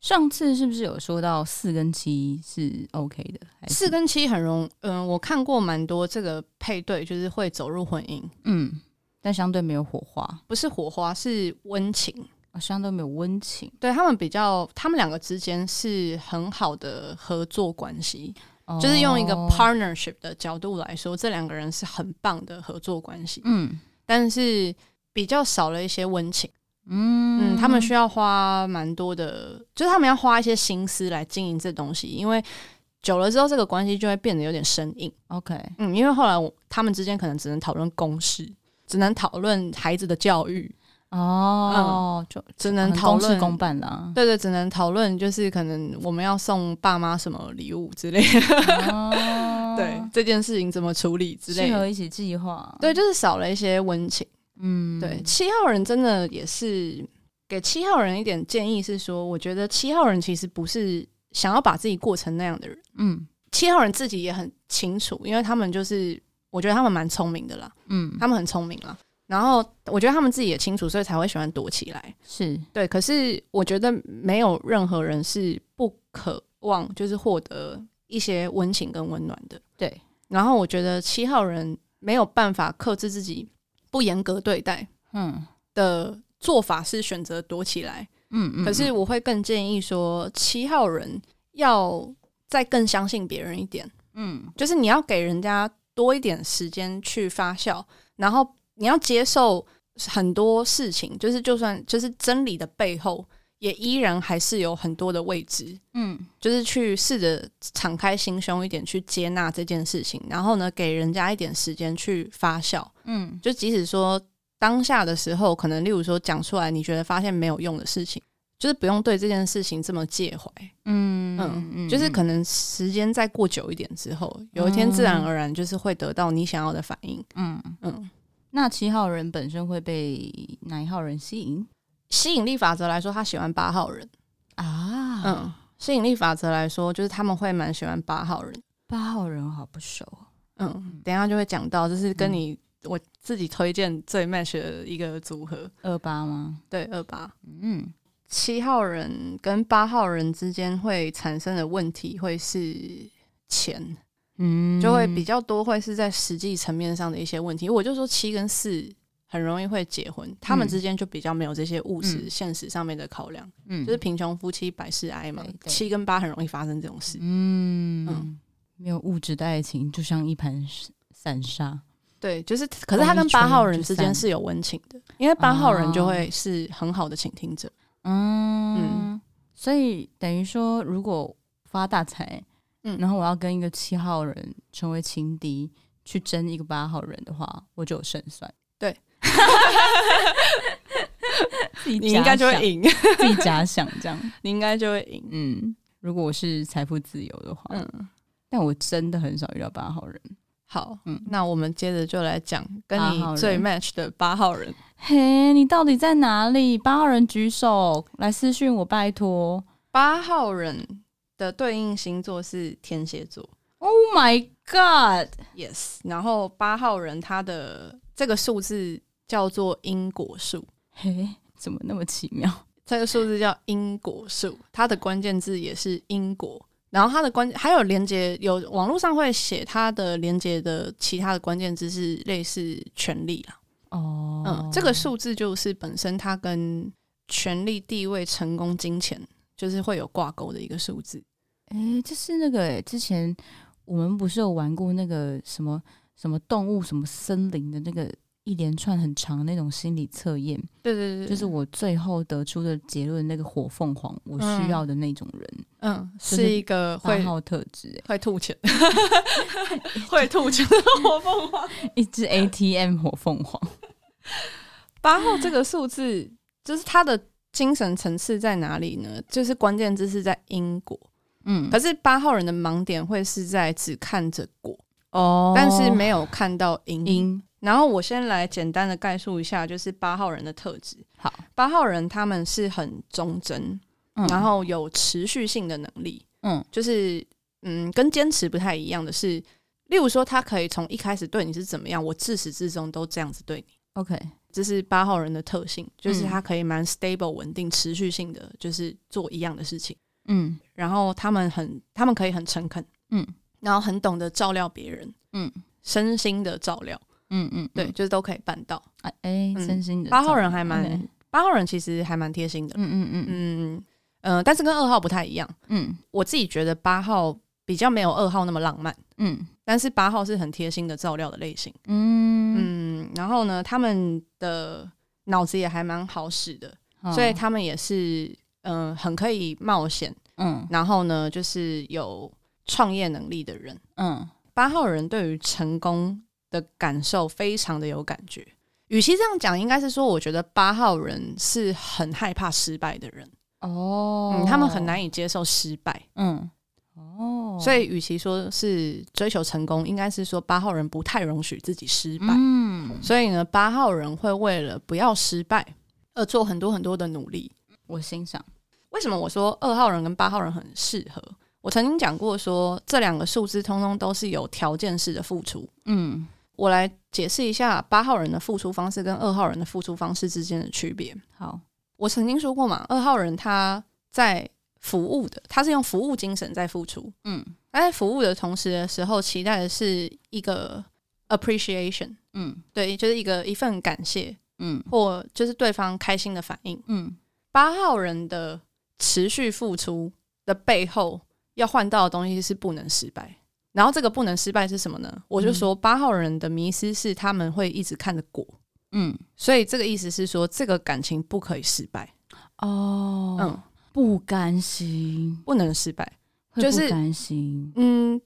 [SPEAKER 1] 上次是不是有说到四跟七是 OK 的？还是
[SPEAKER 3] 四跟七很容，嗯，我看过蛮多这个配对，就是会走入婚姻，
[SPEAKER 1] 嗯，但相对没有火花，
[SPEAKER 3] 不是火花，是温情。
[SPEAKER 1] 哦相对没有温情
[SPEAKER 3] 对他们比较，他们两个之间是很好的合作关系，
[SPEAKER 1] 哦，
[SPEAKER 3] 就是用一个 partnership 的角度来说，这两个人是很棒的合作关系，
[SPEAKER 1] 嗯
[SPEAKER 3] 但是比较少了一些温情。
[SPEAKER 1] 嗯
[SPEAKER 3] 嗯，他们需要花蛮多的，就是他们要花一些心思来经营这东西，因为久了之后，这个关系就会变得有点生硬。
[SPEAKER 1] OK
[SPEAKER 3] 嗯，因为后来我他们之间可能只能讨论公事，只能讨论孩子的教育，
[SPEAKER 1] 哦，就
[SPEAKER 3] 只
[SPEAKER 1] 很
[SPEAKER 3] 嗯能讨
[SPEAKER 1] 公
[SPEAKER 3] 论
[SPEAKER 1] 事公。办啦。
[SPEAKER 3] 对对，只能讨论就是可能我们要送爸妈什么礼物之类的，
[SPEAKER 1] 哦
[SPEAKER 3] 对这件事情怎么处理之类
[SPEAKER 1] 适合
[SPEAKER 3] 的。
[SPEAKER 1] 一起计划。
[SPEAKER 3] 对，就是少了一些温情。
[SPEAKER 1] 嗯，
[SPEAKER 3] 对，七号人真的也是给七号人一点建议是说，我觉得七号人其实不是想要把自己过成那样的人，
[SPEAKER 1] 嗯
[SPEAKER 3] 七号人自己也很清楚，因为他们就是我觉得他们蛮聪明的啦，
[SPEAKER 1] 嗯，
[SPEAKER 3] 他们很聪明啦。然后我觉得他们自己也清楚，所以才会喜欢躲起来。
[SPEAKER 1] 是
[SPEAKER 3] 对，可是我觉得没有任何人是不渴望，就是获得一些温情跟温暖的。
[SPEAKER 1] 对，
[SPEAKER 3] 然后我觉得七号人没有办法克制自己不严格对待，
[SPEAKER 1] 嗯
[SPEAKER 3] 的做法是选择躲起来，
[SPEAKER 1] 嗯嗯，
[SPEAKER 3] 可是我会更建议说，七号人要再更相信别人一点，
[SPEAKER 1] 嗯
[SPEAKER 3] 就是你要给人家多一点时间去发酵，然后你要接受很多事情，就是就算就是真理的背后，也依然还是有很多的未知。
[SPEAKER 1] 嗯
[SPEAKER 3] 就是去试着敞开心胸一点，去接纳这件事情，然后呢，给人家一点时间去发酵，
[SPEAKER 1] 嗯
[SPEAKER 3] 就即使说当下的时候，可能例如说讲出来，你觉得发现没有用的事情，就是不用对这件事情这么介怀，
[SPEAKER 1] 嗯
[SPEAKER 3] 嗯就是可能时间再过久一点之后，有一天自然而然就是会得到你想要的反应。
[SPEAKER 1] 嗯，
[SPEAKER 3] 嗯，
[SPEAKER 1] 那七号人本身会被哪一号人吸引
[SPEAKER 3] 吸引力法则来说，他喜欢八号人。
[SPEAKER 1] 啊？
[SPEAKER 3] 嗯，吸引力法则来说，就是他们会蛮喜欢八号人。
[SPEAKER 1] 八号人我好不熟哦，
[SPEAKER 3] 嗯，等一下就会讲到，就是跟你、我自己推荐最 match 的一个组合，
[SPEAKER 1] 二八吗？
[SPEAKER 3] 对二八
[SPEAKER 1] 嗯
[SPEAKER 3] 七号人跟八号人之间会产生的问题会是钱，
[SPEAKER 1] 嗯，
[SPEAKER 3] 就会比较多会是在实际层面上的一些问题。我就说七跟四。很容易会结婚，他们
[SPEAKER 1] 嗯
[SPEAKER 3] 之间就比较没有这些务实、
[SPEAKER 1] 嗯
[SPEAKER 3] 现实上面的考量，
[SPEAKER 1] 嗯
[SPEAKER 3] 就是贫穷夫妻百事哀嘛
[SPEAKER 1] 对。对
[SPEAKER 3] 七跟八很容易发生这种事，
[SPEAKER 1] 嗯
[SPEAKER 3] 嗯
[SPEAKER 1] 没有物质的爱情就像一盘散沙，
[SPEAKER 3] 对，就是，可是他跟
[SPEAKER 1] 哦同一
[SPEAKER 3] 八号
[SPEAKER 1] 群
[SPEAKER 3] 人
[SPEAKER 1] 之
[SPEAKER 3] 之间
[SPEAKER 1] 三
[SPEAKER 3] 是有温情的，因为八号人就
[SPEAKER 1] 哦
[SPEAKER 3] 会是很好的倾听者。
[SPEAKER 1] 嗯，
[SPEAKER 3] 嗯
[SPEAKER 1] 所以等于说，如果发大财，
[SPEAKER 3] 嗯
[SPEAKER 1] 然后我要跟一个七号人成为情敌，去争一个八号人的话，我就有胜算。
[SPEAKER 3] 对，
[SPEAKER 1] [LAUGHS] 自己
[SPEAKER 3] 你应该就
[SPEAKER 1] 假
[SPEAKER 3] 会
[SPEAKER 1] 想，
[SPEAKER 3] 赢， [LAUGHS]
[SPEAKER 1] 自己假想这样。
[SPEAKER 3] 你应该就会赢。
[SPEAKER 1] [LAUGHS] 嗯，如果我是财富自由的话，
[SPEAKER 3] 嗯，
[SPEAKER 1] 但我真的很少遇到八号人。
[SPEAKER 3] 好，
[SPEAKER 1] 嗯
[SPEAKER 3] 那我们接着就来讲跟
[SPEAKER 1] 八号
[SPEAKER 3] 你最
[SPEAKER 1] 人
[SPEAKER 3] match 的八号人。
[SPEAKER 1] 嘿，你到底在哪里？八号人举手来私讯我，拜托。
[SPEAKER 3] 八号人的对应星座是天蝎座
[SPEAKER 1] Oh my god！
[SPEAKER 3] ，yes。然后八号人他的这个数字叫做因果数，
[SPEAKER 1] 嘿，怎么那么奇妙？
[SPEAKER 3] 这个数字叫因果数，它的关键字也是因果。然后它的关还有连接，有网络上会写它的连接的其他的关键字是类似权利啦，
[SPEAKER 1] 哦，
[SPEAKER 3] 嗯，这个数字就是本身它跟权力、地位、成功、金钱就是会有挂钩的一个数字。
[SPEAKER 1] 诶，这是那个、诶之前我们不是有玩过那个什么什么动物什么森林的那个一连串很长的那种心理测验，
[SPEAKER 3] 对对
[SPEAKER 1] 就是我最后得出的结论，那个火凤凰，我需要的那种人，
[SPEAKER 3] 嗯，
[SPEAKER 1] 就是
[SPEAKER 3] 一个
[SPEAKER 1] 八
[SPEAKER 3] 会
[SPEAKER 1] 号特质、诶
[SPEAKER 3] 会吐 [LAUGHS] 钱，会吐钱的火凤凰。
[SPEAKER 1] 一
[SPEAKER 3] [LAUGHS]
[SPEAKER 1] 只 ATM 火凤凰，
[SPEAKER 3] 八号这个数字，就是它的精神层次在哪里呢？就是关键字是在因果，
[SPEAKER 1] [LAUGHS] 嗯
[SPEAKER 3] 可，是八号人的盲点会是在只看着果，
[SPEAKER 1] 哦
[SPEAKER 3] 但是没有看到因。
[SPEAKER 1] 因
[SPEAKER 3] 然后我先来简单的概述一下，就是八号人的特质。
[SPEAKER 1] 好，
[SPEAKER 3] 八号人他们是很忠贞，
[SPEAKER 1] 嗯
[SPEAKER 3] 然后有持续性的能力，
[SPEAKER 1] 嗯
[SPEAKER 3] 就是嗯，跟坚持不太一样的是，例如说他可以从一开始对你是怎么样，我自始至终都这样子对你，
[SPEAKER 1] OK，
[SPEAKER 3] 这是八号人的特性，就是
[SPEAKER 1] 嗯
[SPEAKER 3] 他可以蛮 stable 稳定、持续性的，就是做一样的事情。
[SPEAKER 1] 嗯
[SPEAKER 3] 然后他们很，他们可以很诚恳，
[SPEAKER 1] 嗯
[SPEAKER 3] 然后很懂得照料别人，
[SPEAKER 1] 嗯
[SPEAKER 3] 身心的照料，
[SPEAKER 1] 嗯嗯，
[SPEAKER 3] 对，就是都可以办到。
[SPEAKER 1] 哎哎，真心的
[SPEAKER 3] 八号人还
[SPEAKER 1] 照顾
[SPEAKER 3] 蛮，八号人其实还蛮贴心的，
[SPEAKER 1] 嗯嗯嗯
[SPEAKER 3] 嗯呃，但是跟二号不太一样。
[SPEAKER 1] 嗯
[SPEAKER 3] 我自己觉得八号比较没有二号那么浪漫，
[SPEAKER 1] 嗯
[SPEAKER 3] 但是八号是很贴心的照料的类型。
[SPEAKER 1] 嗯
[SPEAKER 3] 嗯，然后呢，他们的脑子也还蛮好使的，
[SPEAKER 1] 嗯，
[SPEAKER 3] 所以他们也是嗯、呃很可以冒险，
[SPEAKER 1] 嗯
[SPEAKER 3] 然后呢就是有创业能力的人。
[SPEAKER 1] 嗯
[SPEAKER 3] 八号人对于成功的感受非常的有感觉。与其这样讲，应该是说，我觉得八号人是很害怕失败的人，
[SPEAKER 1] 哦，
[SPEAKER 3] 嗯，他们很难以接受失败，
[SPEAKER 1] 嗯，哦，
[SPEAKER 3] 所以，与其说是追求成功，应该是说八号人不太容许自己失败。
[SPEAKER 1] 嗯，
[SPEAKER 3] 所以呢，八号人会为了不要失败而做很多很多的努力。
[SPEAKER 1] 我欣赏，
[SPEAKER 3] 为什么我说二号人跟八号人很适合？我曾经讲过说，这两个数字通通都是有条件式的付出。
[SPEAKER 1] 嗯
[SPEAKER 3] 我来解释一下八号人的付出方式跟二号人的付出方式之间的区别。
[SPEAKER 1] 好，
[SPEAKER 3] 我曾经说过嘛，二号人他在服务的，他是用服务精神在付出，
[SPEAKER 1] 嗯
[SPEAKER 3] 他在服务的同时的时候，期待的是一个 appreciation，
[SPEAKER 1] 嗯
[SPEAKER 3] 对，就是一个一份感谢
[SPEAKER 1] 嗯
[SPEAKER 3] 或就是对方开心的反应。
[SPEAKER 1] 嗯，
[SPEAKER 3] 八号人的持续付出的背后，要换到的东西是不能失败。然后这个不能失败是什么呢？我就说八号人的迷失是他们会一直看着果，
[SPEAKER 1] 嗯
[SPEAKER 3] 所以这个意思是说这个感情不可以失败，
[SPEAKER 1] 哦，
[SPEAKER 3] 嗯，
[SPEAKER 1] 不甘心，
[SPEAKER 3] 不能失败。
[SPEAKER 1] 会
[SPEAKER 3] 就
[SPEAKER 1] 不
[SPEAKER 3] 是
[SPEAKER 1] 甘心，
[SPEAKER 3] 嗯，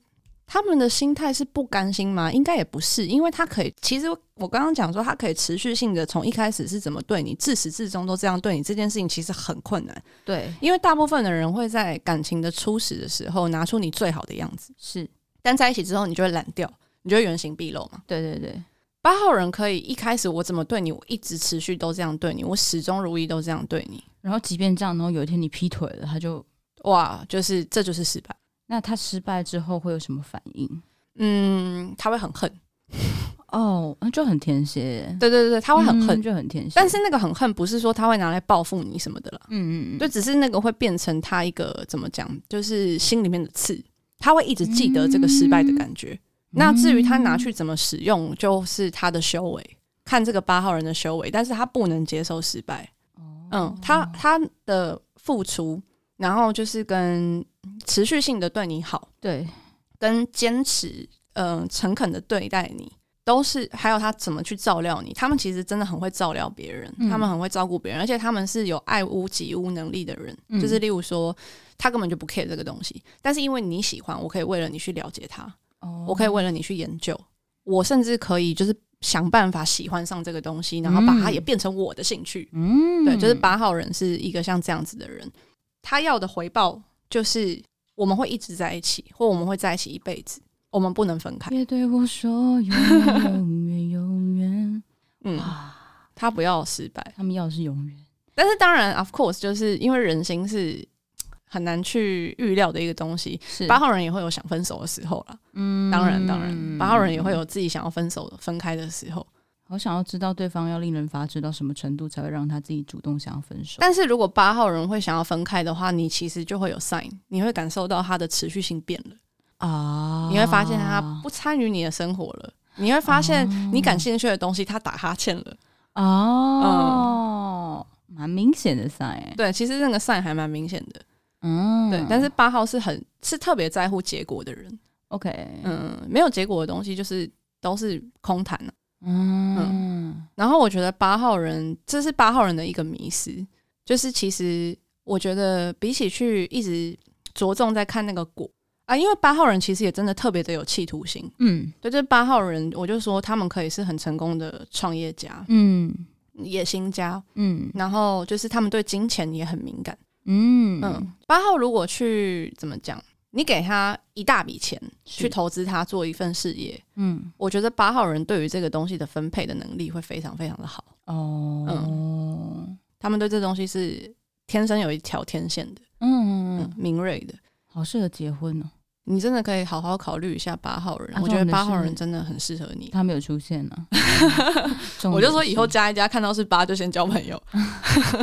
[SPEAKER 3] 他们的心态是不甘心吗？应该也不是，因为他可以，其实我刚刚讲说，他可以持续性的从一开始是怎么对你，自始至终都这样对你，这件事情其实很困难，
[SPEAKER 1] 对，
[SPEAKER 3] 因为大部分的人会在感情的初始的时候拿出你最好的样子，
[SPEAKER 1] 是，
[SPEAKER 3] 但在一起之后，你就会懒掉，你就会原形毕露嘛。
[SPEAKER 1] 对对对，
[SPEAKER 3] 八号人可以一开始我怎么对你，我一直持续都这样对你，我始终如一都这样对你，
[SPEAKER 1] 然后即便这样，然后有一天你劈腿了，他就
[SPEAKER 3] 哇，就是这就是失败。
[SPEAKER 1] 那他失败之后会有什么反应？
[SPEAKER 3] 嗯，他会很恨，
[SPEAKER 1] 哦，那就很甜血耶，
[SPEAKER 3] 对对对，他会很
[SPEAKER 1] 嗯
[SPEAKER 3] 恨，
[SPEAKER 1] 就很甜血。
[SPEAKER 3] 但是那个很恨不是说他会拿来报复你什么的啦，
[SPEAKER 1] 嗯，嗯嗯，
[SPEAKER 3] 就只是那个会变成他一个怎么讲，就是心里面的刺，他会一直记得这个失败的感觉。那至于他拿去怎么使用，就是他的修为，看这个八号人的修为，但是他不能接受失败。嗯，他他的付出，然后就是跟持续性的对你好，
[SPEAKER 1] 对，
[SPEAKER 3] 跟坚持，嗯、诚恳的对待你，都是还有他怎么去照料你。他们其实真的很会照料别人，
[SPEAKER 1] 嗯
[SPEAKER 3] 他们很会照顾别人，而且他们是有爱屋及乌能力的人。
[SPEAKER 1] 嗯
[SPEAKER 3] 就是例如说，他根本就不 care 这个东西，但是因为你喜欢，我可以为了你去了解他，
[SPEAKER 1] 哦
[SPEAKER 3] 我可以为了你去研究，我甚至可以就是想办法喜欢上这个东西，然后把它
[SPEAKER 1] 嗯
[SPEAKER 3] 也变成我的兴趣。
[SPEAKER 1] 嗯，
[SPEAKER 3] 对，就是八号人是一个像这样子的人，他要的回报就是我们会一直在一起，或我们会在一起一辈子，我们不能分开。
[SPEAKER 1] 哦别对我说永远永远永远，
[SPEAKER 3] 嗯，
[SPEAKER 1] 啊，
[SPEAKER 3] 他不要失败。
[SPEAKER 1] 他们要的是永远，
[SPEAKER 3] 但是当然，of course，就是因为人心是很难去预料的一个东西。
[SPEAKER 1] 是
[SPEAKER 3] 八，号人也会有想分手的时候啦，
[SPEAKER 1] 嗯
[SPEAKER 3] 当然当然，八号人也会有自己想要分手、分开的时候。
[SPEAKER 1] 好想要知道对方要令人发指到什么程度，才会让他自己主动想要分手。
[SPEAKER 3] 但是如果八号人会想要分开的话，你其实就会有 sign，你会感受到他的持续性变了。
[SPEAKER 1] 啊
[SPEAKER 3] 你会发现他不参与你的生活了，你会发现
[SPEAKER 1] 啊
[SPEAKER 3] 你感兴趣的东西他打哈欠了。
[SPEAKER 1] 嗯哦，蛮明显的噻，欸
[SPEAKER 3] 对，其实那个 sign 还蛮明显的。
[SPEAKER 1] 嗯，
[SPEAKER 3] 对，但是八号是很是特别在乎结果的人，
[SPEAKER 1] OK，
[SPEAKER 3] 嗯，没有结果的东西就是都是空谈、啊、
[SPEAKER 1] 嗯，
[SPEAKER 3] 然后我觉得八号人这是八号人的一个迷失，就是其实我觉得比起去一直着重在看那个果啊，因为八号人其实也真的特别的有企图心。
[SPEAKER 1] 嗯
[SPEAKER 3] 对，这八号人，我就说他们可以是很成功的创业家、
[SPEAKER 1] 嗯
[SPEAKER 3] 野心家，
[SPEAKER 1] 嗯
[SPEAKER 3] 然后就是他们对金钱也很敏感。
[SPEAKER 1] 嗯
[SPEAKER 3] 嗯，八号如果去怎么讲，你给他一大笔钱
[SPEAKER 1] 是
[SPEAKER 3] 去投资他做一份事业，
[SPEAKER 1] 嗯
[SPEAKER 3] 我觉得八号人对于这个东西的分配的能力会非常非常的好，
[SPEAKER 1] 哦，
[SPEAKER 3] 他们对这东西是天生有一条天线的，
[SPEAKER 1] 嗯嗯
[SPEAKER 3] 嗯
[SPEAKER 1] 嗯，，
[SPEAKER 3] 敏锐的。
[SPEAKER 1] 好适合结婚哦，
[SPEAKER 3] 你真的可以好好考虑一下八号人，
[SPEAKER 1] 啊
[SPEAKER 3] 我觉得
[SPEAKER 1] 重点是
[SPEAKER 3] 八号人真的很适合你。
[SPEAKER 1] 他没有出现呢，重
[SPEAKER 3] [LAUGHS] 我就说以
[SPEAKER 1] [LAUGHS]
[SPEAKER 3] 后
[SPEAKER 1] 点
[SPEAKER 3] 加一加，看到是八就先交朋友，
[SPEAKER 1] [LAUGHS]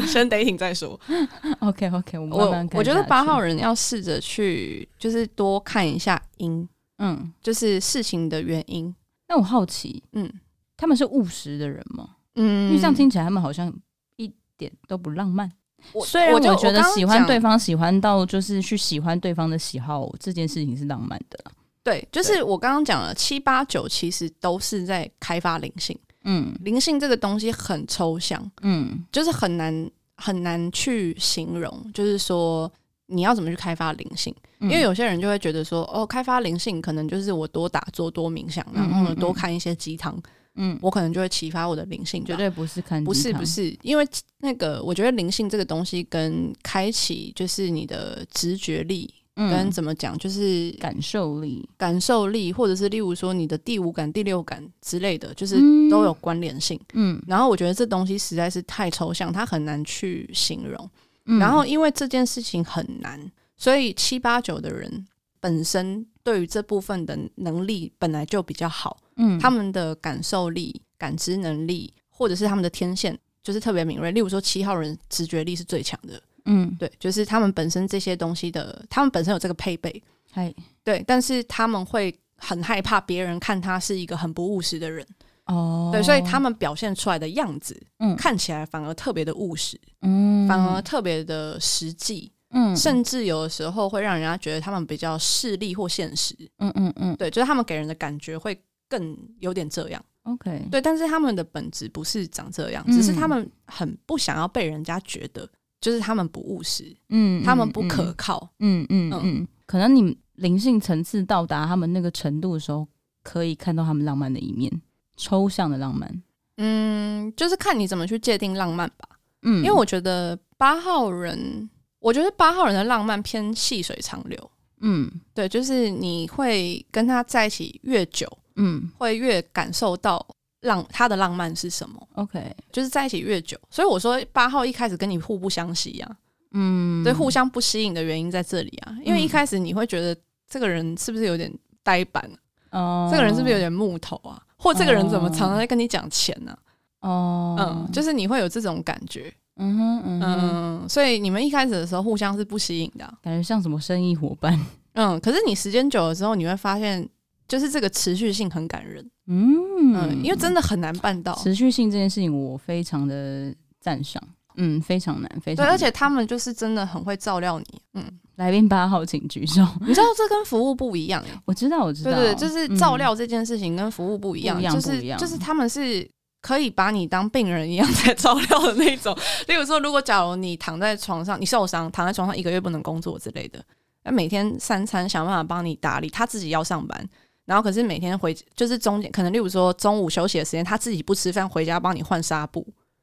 [SPEAKER 3] 先 dating 再说。
[SPEAKER 1] 是 OK OK，我嗯慢
[SPEAKER 3] 我
[SPEAKER 1] 慢
[SPEAKER 3] 我觉得八号
[SPEAKER 1] 人，
[SPEAKER 3] 人要试着去，就是多看一下因，
[SPEAKER 1] 嗯，
[SPEAKER 3] 就是事情的原因。
[SPEAKER 1] 那我好奇，
[SPEAKER 3] 嗯
[SPEAKER 1] 他们是务实的人吗？
[SPEAKER 3] 嗯
[SPEAKER 1] 因为这样听起来他们好像一点都不浪漫。
[SPEAKER 3] 我
[SPEAKER 1] 虽然
[SPEAKER 3] 我就
[SPEAKER 1] 我觉得喜欢对
[SPEAKER 3] 方，
[SPEAKER 1] 方喜欢到就是去喜欢对方的喜好这件事情是浪漫的啦，
[SPEAKER 3] 对，就是我刚刚讲了七八九，其实都是在开发灵性。
[SPEAKER 1] 嗯
[SPEAKER 3] 灵性这个东西很抽象，
[SPEAKER 1] 嗯
[SPEAKER 3] 就是很难很难去形容，就是说。你要怎么去开发灵性？
[SPEAKER 1] 嗯，
[SPEAKER 3] 因为有些人就会觉得说，哦，开发灵性可能就是我多打坐、多冥想，然后
[SPEAKER 1] 嗯
[SPEAKER 3] 呢
[SPEAKER 1] 嗯嗯
[SPEAKER 3] 多看一些鸡汤，
[SPEAKER 1] 嗯，
[SPEAKER 3] 我可能就会启发我的灵性吧。
[SPEAKER 1] 绝对不是看
[SPEAKER 3] 不
[SPEAKER 1] 鸡
[SPEAKER 3] 是
[SPEAKER 1] 汤
[SPEAKER 3] 不，是，因为那个我觉得灵性这个东西跟开启就是你的直觉力，跟
[SPEAKER 1] 嗯，
[SPEAKER 3] 怎么讲，就是
[SPEAKER 1] 感受力
[SPEAKER 3] 感受力，或者是例如说你的第五感、第六感之类的，就是
[SPEAKER 1] 嗯
[SPEAKER 3] 都有关联性。
[SPEAKER 1] 嗯，
[SPEAKER 3] 然后我觉得这东西实在是太抽象，它很难去形容。
[SPEAKER 1] 嗯
[SPEAKER 3] 然后因为这件事情很难，所以七八九的人本身对于这部分的能力本来就比较好，
[SPEAKER 1] 嗯
[SPEAKER 3] 他们的感受力、感知能力，或者是他们的天线，就是特别敏锐。例如说，七号人直觉力是最强的，
[SPEAKER 1] 嗯
[SPEAKER 3] 对，就是他们本身这些东西的，他们本身有这个配备，
[SPEAKER 1] 嗨
[SPEAKER 3] 对，但是他们会很害怕别人看他是一个很不务实的人，
[SPEAKER 1] 哦，
[SPEAKER 3] 对，所以他们表现出来的样子
[SPEAKER 1] 嗯
[SPEAKER 3] 看起来反而特别的务实，
[SPEAKER 1] 嗯
[SPEAKER 3] 反而特别的实际，
[SPEAKER 1] 嗯
[SPEAKER 3] 甚至有的时候会让人家觉得他们比较势利或现实，
[SPEAKER 1] 嗯嗯嗯
[SPEAKER 3] 对，就是他们给人的感觉会更有点这样。
[SPEAKER 1] OK
[SPEAKER 3] 对，但是他们的本质不是长这样，
[SPEAKER 1] 嗯
[SPEAKER 3] 只是他们很不想要被人家觉得，就是他们不务实，
[SPEAKER 1] 嗯
[SPEAKER 3] 他们
[SPEAKER 1] 嗯
[SPEAKER 3] 不
[SPEAKER 1] 嗯
[SPEAKER 3] 可靠。
[SPEAKER 1] 嗯嗯
[SPEAKER 3] 嗯
[SPEAKER 1] 嗯，可能你灵性层次到达他们那个程度的时候，可以看到他们浪漫的一面，抽象的浪漫。
[SPEAKER 3] 嗯，就是看你怎么去界定浪漫吧。
[SPEAKER 1] 嗯，
[SPEAKER 3] 因为我觉得八号人，我觉得八号人的浪漫偏细水长流。
[SPEAKER 1] 嗯
[SPEAKER 3] 对，就是你会跟他在一起越久，
[SPEAKER 1] 嗯
[SPEAKER 3] 会越感受到浪他的浪漫是什么，
[SPEAKER 1] ，OK，
[SPEAKER 3] 就是在一起越久。所以我说八号一开始跟你互不相吸呀、
[SPEAKER 1] 嗯，
[SPEAKER 3] 对，互相不吸引的原因在这里啊，因为一
[SPEAKER 1] 嗯
[SPEAKER 3] 开始你会觉得这个人是不是有点呆板、啊，
[SPEAKER 1] 哦，
[SPEAKER 3] 这个人是不是有点木头啊，或这个人怎么常常在跟你讲钱呢、
[SPEAKER 1] 哦，
[SPEAKER 3] 嗯，就是你会有这种感觉，
[SPEAKER 1] 嗯哼嗯哼，
[SPEAKER 3] 嗯，所以你们一开始的时候互相是不吸引的啊、
[SPEAKER 1] 感觉像什么生意伙
[SPEAKER 3] [LAUGHS]
[SPEAKER 1] 伴，
[SPEAKER 3] 嗯，可是你时间久了之后，你会发现。就是这个持续性很感人，
[SPEAKER 1] 嗯
[SPEAKER 3] 嗯，因为真的很难办到，
[SPEAKER 1] 持续性这件事情，我非常的赞赏。嗯，非常难，非常
[SPEAKER 3] 对，
[SPEAKER 1] 难
[SPEAKER 3] 而且他们就是真的很会照料你，
[SPEAKER 1] [LAUGHS]
[SPEAKER 3] 嗯，
[SPEAKER 1] 来宾八号请举手。
[SPEAKER 3] 你知道这跟服务不一样、欸，
[SPEAKER 1] 我知道，我知
[SPEAKER 3] 对
[SPEAKER 1] 道，
[SPEAKER 3] 对，就是照
[SPEAKER 1] 嗯
[SPEAKER 3] 料这件事情跟服务不一样，
[SPEAKER 1] 不一样
[SPEAKER 3] 就
[SPEAKER 1] 不一
[SPEAKER 3] 是
[SPEAKER 1] 样
[SPEAKER 3] 就是他们是可以把你当病人一样在照料的那种。例如说，如果假如你躺在床上，你受伤，躺在床上一个月不能工作之类的，那每天三餐想办法帮你打理，他自己要上班。然后可是每天回就是中间可能，例如说中午休息的时间，他自己不吃饭回家帮你换纱布，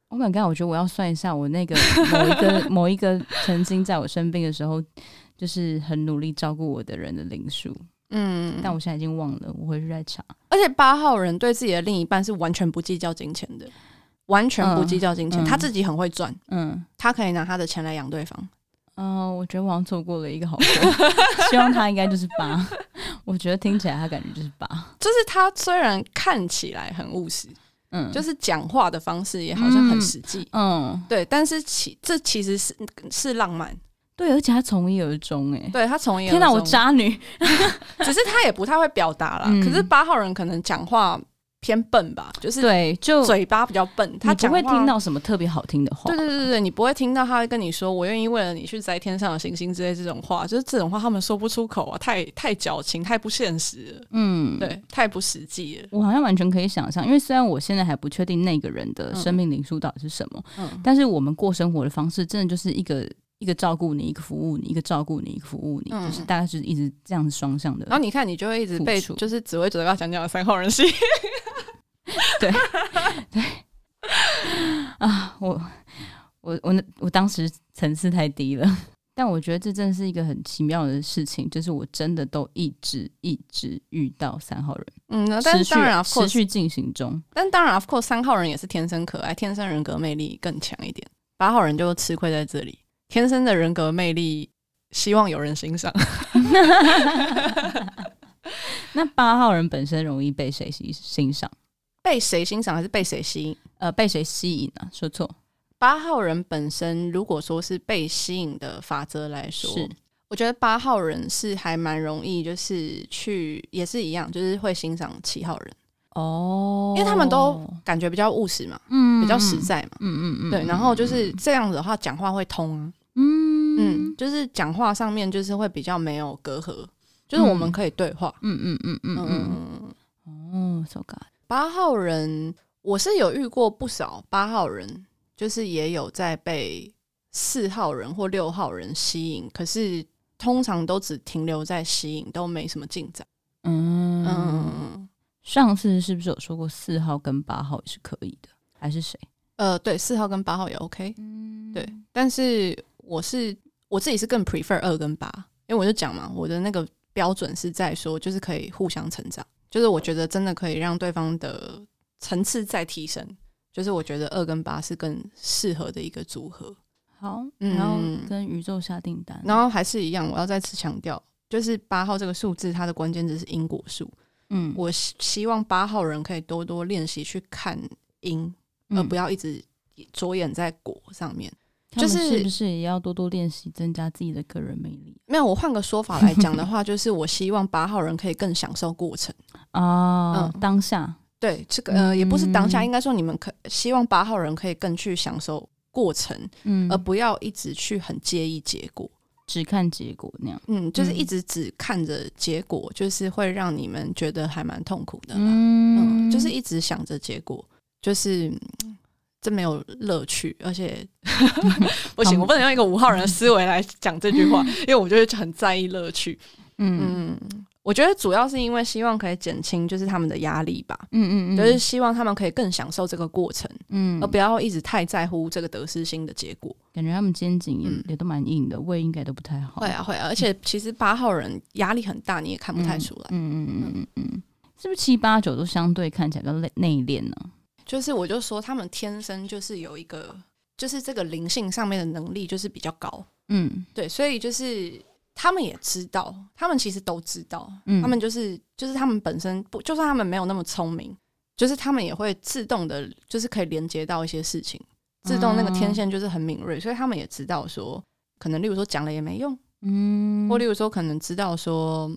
[SPEAKER 1] Oh my god！我觉得我要算一下，我那个某一
[SPEAKER 3] [LAUGHS]
[SPEAKER 1] 个某一个曾经在我生病的时候，就是很努力照顾我的人的灵数，
[SPEAKER 3] 嗯，
[SPEAKER 1] 但我现在已经忘了，我回去再查。
[SPEAKER 3] 而且八号人对自己的另一半是完全不计较金钱的，完全不计较金钱，
[SPEAKER 1] 嗯嗯
[SPEAKER 3] 他自己很会赚，
[SPEAKER 1] 嗯
[SPEAKER 3] 他可以拿他的钱来养对方。
[SPEAKER 1] 嗯、呃我觉得我好像错过了一个好货，希望他应该就是八。 [LAUGHS] 我觉得听起来他感觉就是八，
[SPEAKER 3] 就是他虽然看起来很务实，
[SPEAKER 1] 嗯，
[SPEAKER 3] 就是讲话的方式也好像很实际，
[SPEAKER 1] 嗯，
[SPEAKER 3] 对，但是其这其实是是
[SPEAKER 1] [LAUGHS]
[SPEAKER 3] 浪漫，
[SPEAKER 1] 对，而且他从一而终、欸，哎，
[SPEAKER 3] 对他从一而
[SPEAKER 1] 天哪，我
[SPEAKER 3] 终，
[SPEAKER 1] 渣女，
[SPEAKER 3] 只是他也不太会表达啦。
[SPEAKER 1] 嗯
[SPEAKER 3] 可是八号人可能讲话偏笨吧，就是
[SPEAKER 1] 对，就
[SPEAKER 3] 嘴巴比较笨，他
[SPEAKER 1] 你不
[SPEAKER 3] 讲
[SPEAKER 1] 会
[SPEAKER 3] 话
[SPEAKER 1] 听。到什么特别好听的话，
[SPEAKER 3] 对对对对，你不会听到他会跟你说“我愿意为了你去摘天上的星星”之类这种话，就是这种话他们说不出口啊，太太矫情，太不现实了，
[SPEAKER 1] 嗯，。
[SPEAKER 3] 对，太不实际了。
[SPEAKER 1] 我好像完全可以想象，因为虽然我现在还不确定那个人的
[SPEAKER 3] 嗯
[SPEAKER 1] 生命灵数到底是什么，
[SPEAKER 3] 嗯，
[SPEAKER 1] 但是我们过生活的方式，真的就是一个一个照顾你，一个服务你，一个照顾你，一个服务你，
[SPEAKER 3] 嗯
[SPEAKER 1] 就是大概是一直这样子双向的。
[SPEAKER 3] 然后你看，你就会一直被
[SPEAKER 1] 付出
[SPEAKER 3] 就是只会嘴巴讲讲的三号人吸引
[SPEAKER 1] 啊，我我我那我当时层次太低了，但我觉得这真的是一个很奇妙的事情，就是我真的都一直一直遇到三号人，
[SPEAKER 3] 嗯，但
[SPEAKER 1] 持
[SPEAKER 3] 是
[SPEAKER 1] 续
[SPEAKER 3] 当然，of
[SPEAKER 1] 持
[SPEAKER 3] course，
[SPEAKER 1] 续进行中。 [LAUGHS]
[SPEAKER 3] 但当然，of course，三号人也是天生可爱，天生人格魅力更强一点。八号人就吃亏在这里，天生的人格魅力，希望有人欣赏。 [LAUGHS]
[SPEAKER 1] 那八号人本身容易被谁吸欣赏？
[SPEAKER 3] 被谁欣赏还是被谁吸引？
[SPEAKER 1] 呃，被谁吸引啊？说错，
[SPEAKER 3] 八号人本身，如果说是被吸引的法则来说，
[SPEAKER 1] 是
[SPEAKER 3] 我觉得八号人是还蛮容易，就是去也是一样，就是会欣赏七号人，
[SPEAKER 1] 哦
[SPEAKER 3] 因为他们都感觉比较务实嘛，
[SPEAKER 1] 嗯
[SPEAKER 3] 比较实，在嘛。
[SPEAKER 1] 嗯嗯嗯，
[SPEAKER 3] 对，然后就是这样子的话，讲话会通啊。
[SPEAKER 1] 嗯
[SPEAKER 3] 嗯，就是讲话上面就是会比较没有隔阂，就是我们可以对话。
[SPEAKER 1] 嗯嗯嗯嗯嗯
[SPEAKER 3] 嗯，
[SPEAKER 1] 嗯，哦，so god，
[SPEAKER 3] 八号人我是有遇过不少八号人，就是也有在被四号人或六号人吸引，可是通常都只停留在吸引，都没什么进展。
[SPEAKER 1] 嗯
[SPEAKER 3] 嗯，
[SPEAKER 1] 上次是不是有说过四号跟八号也是可以的，还是谁？
[SPEAKER 3] 呃，对，四号跟八号也 OK，
[SPEAKER 1] 嗯
[SPEAKER 3] 对，但是我是我自己是更 prefer 二跟八，因为我就讲嘛，我的那个标准是在说，就是可以互相成长，就是我觉得真的可以让对方的层次再提升，就是我觉得二跟八是更适合的一个组合。
[SPEAKER 1] 好，
[SPEAKER 3] 嗯
[SPEAKER 1] 然后跟宇宙下订单，
[SPEAKER 3] 然后还是一样，我要再次强调，就是八号这个数字，它的关键字是因果数。
[SPEAKER 1] 嗯，
[SPEAKER 3] 我希希望八号人可以多多练习去看因，而呃不
[SPEAKER 1] 要，
[SPEAKER 3] 要一直着眼在果上面。
[SPEAKER 1] 嗯他们
[SPEAKER 3] 就是
[SPEAKER 1] 是不是也要多多练习，增加自己的个人魅力
[SPEAKER 3] 没有，我换个说法来讲
[SPEAKER 1] [LAUGHS]
[SPEAKER 3] 的话，就是我希望八号人可以更享受过程。
[SPEAKER 1] 啊？
[SPEAKER 3] 嗯
[SPEAKER 1] 当下，
[SPEAKER 3] 对，这个呃也不是当下，
[SPEAKER 1] 嗯
[SPEAKER 3] 应该说你们可希望八号人可以更去享受过程，
[SPEAKER 1] 嗯，
[SPEAKER 3] 呃而不要一直去很介意结果。
[SPEAKER 1] 只看结果那样。
[SPEAKER 3] 嗯，就是
[SPEAKER 1] 嗯
[SPEAKER 3] 一直只看着结果，就是会让你们觉得还蛮痛苦的啦。嗯，
[SPEAKER 1] 嗯
[SPEAKER 3] 就是一直想着结果，就是。嗯这没有乐趣，
[SPEAKER 1] [LAUGHS]
[SPEAKER 3] 而且 [LAUGHS]
[SPEAKER 1] [LAUGHS]
[SPEAKER 3] 不行，我不能用一个五号人的思维来讲这句话，因为我就会很在意乐趣。
[SPEAKER 1] 嗯
[SPEAKER 3] 嗯，我觉得主要是因为希望可以减轻就是他们的压力吧，
[SPEAKER 1] 嗯嗯嗯，
[SPEAKER 3] 就是希望他们可以更享受这个过程，
[SPEAKER 1] 嗯
[SPEAKER 3] 而，不要一直太在乎这个得失心的结果。
[SPEAKER 1] 感觉他们肩颈也
[SPEAKER 3] 嗯
[SPEAKER 1] 也都蛮硬的，胃应该都不太好。
[SPEAKER 3] 会啊会啊，而且其实八号人压力很大，你也看不太出来。
[SPEAKER 1] 嗯嗯嗯嗯嗯，是不是七八九都相对看起来比较内内敛呢？
[SPEAKER 3] 就是我就说他们天生就是有一个，就是这个灵性上面的能力就是比较高，
[SPEAKER 1] 嗯
[SPEAKER 3] 对，所以就是他们也知道，他们其实都知道，
[SPEAKER 1] 嗯
[SPEAKER 3] 他们就是就是他们本身不，就算他们没有那么聪明，就是他们也会自动的，就是可以连接到一些事情，自动那个
[SPEAKER 1] 哦
[SPEAKER 3] 天线就是很敏锐，所以他们也知道说，可能例如说讲了也没用，
[SPEAKER 1] 嗯，
[SPEAKER 3] 或例如说可能知道说，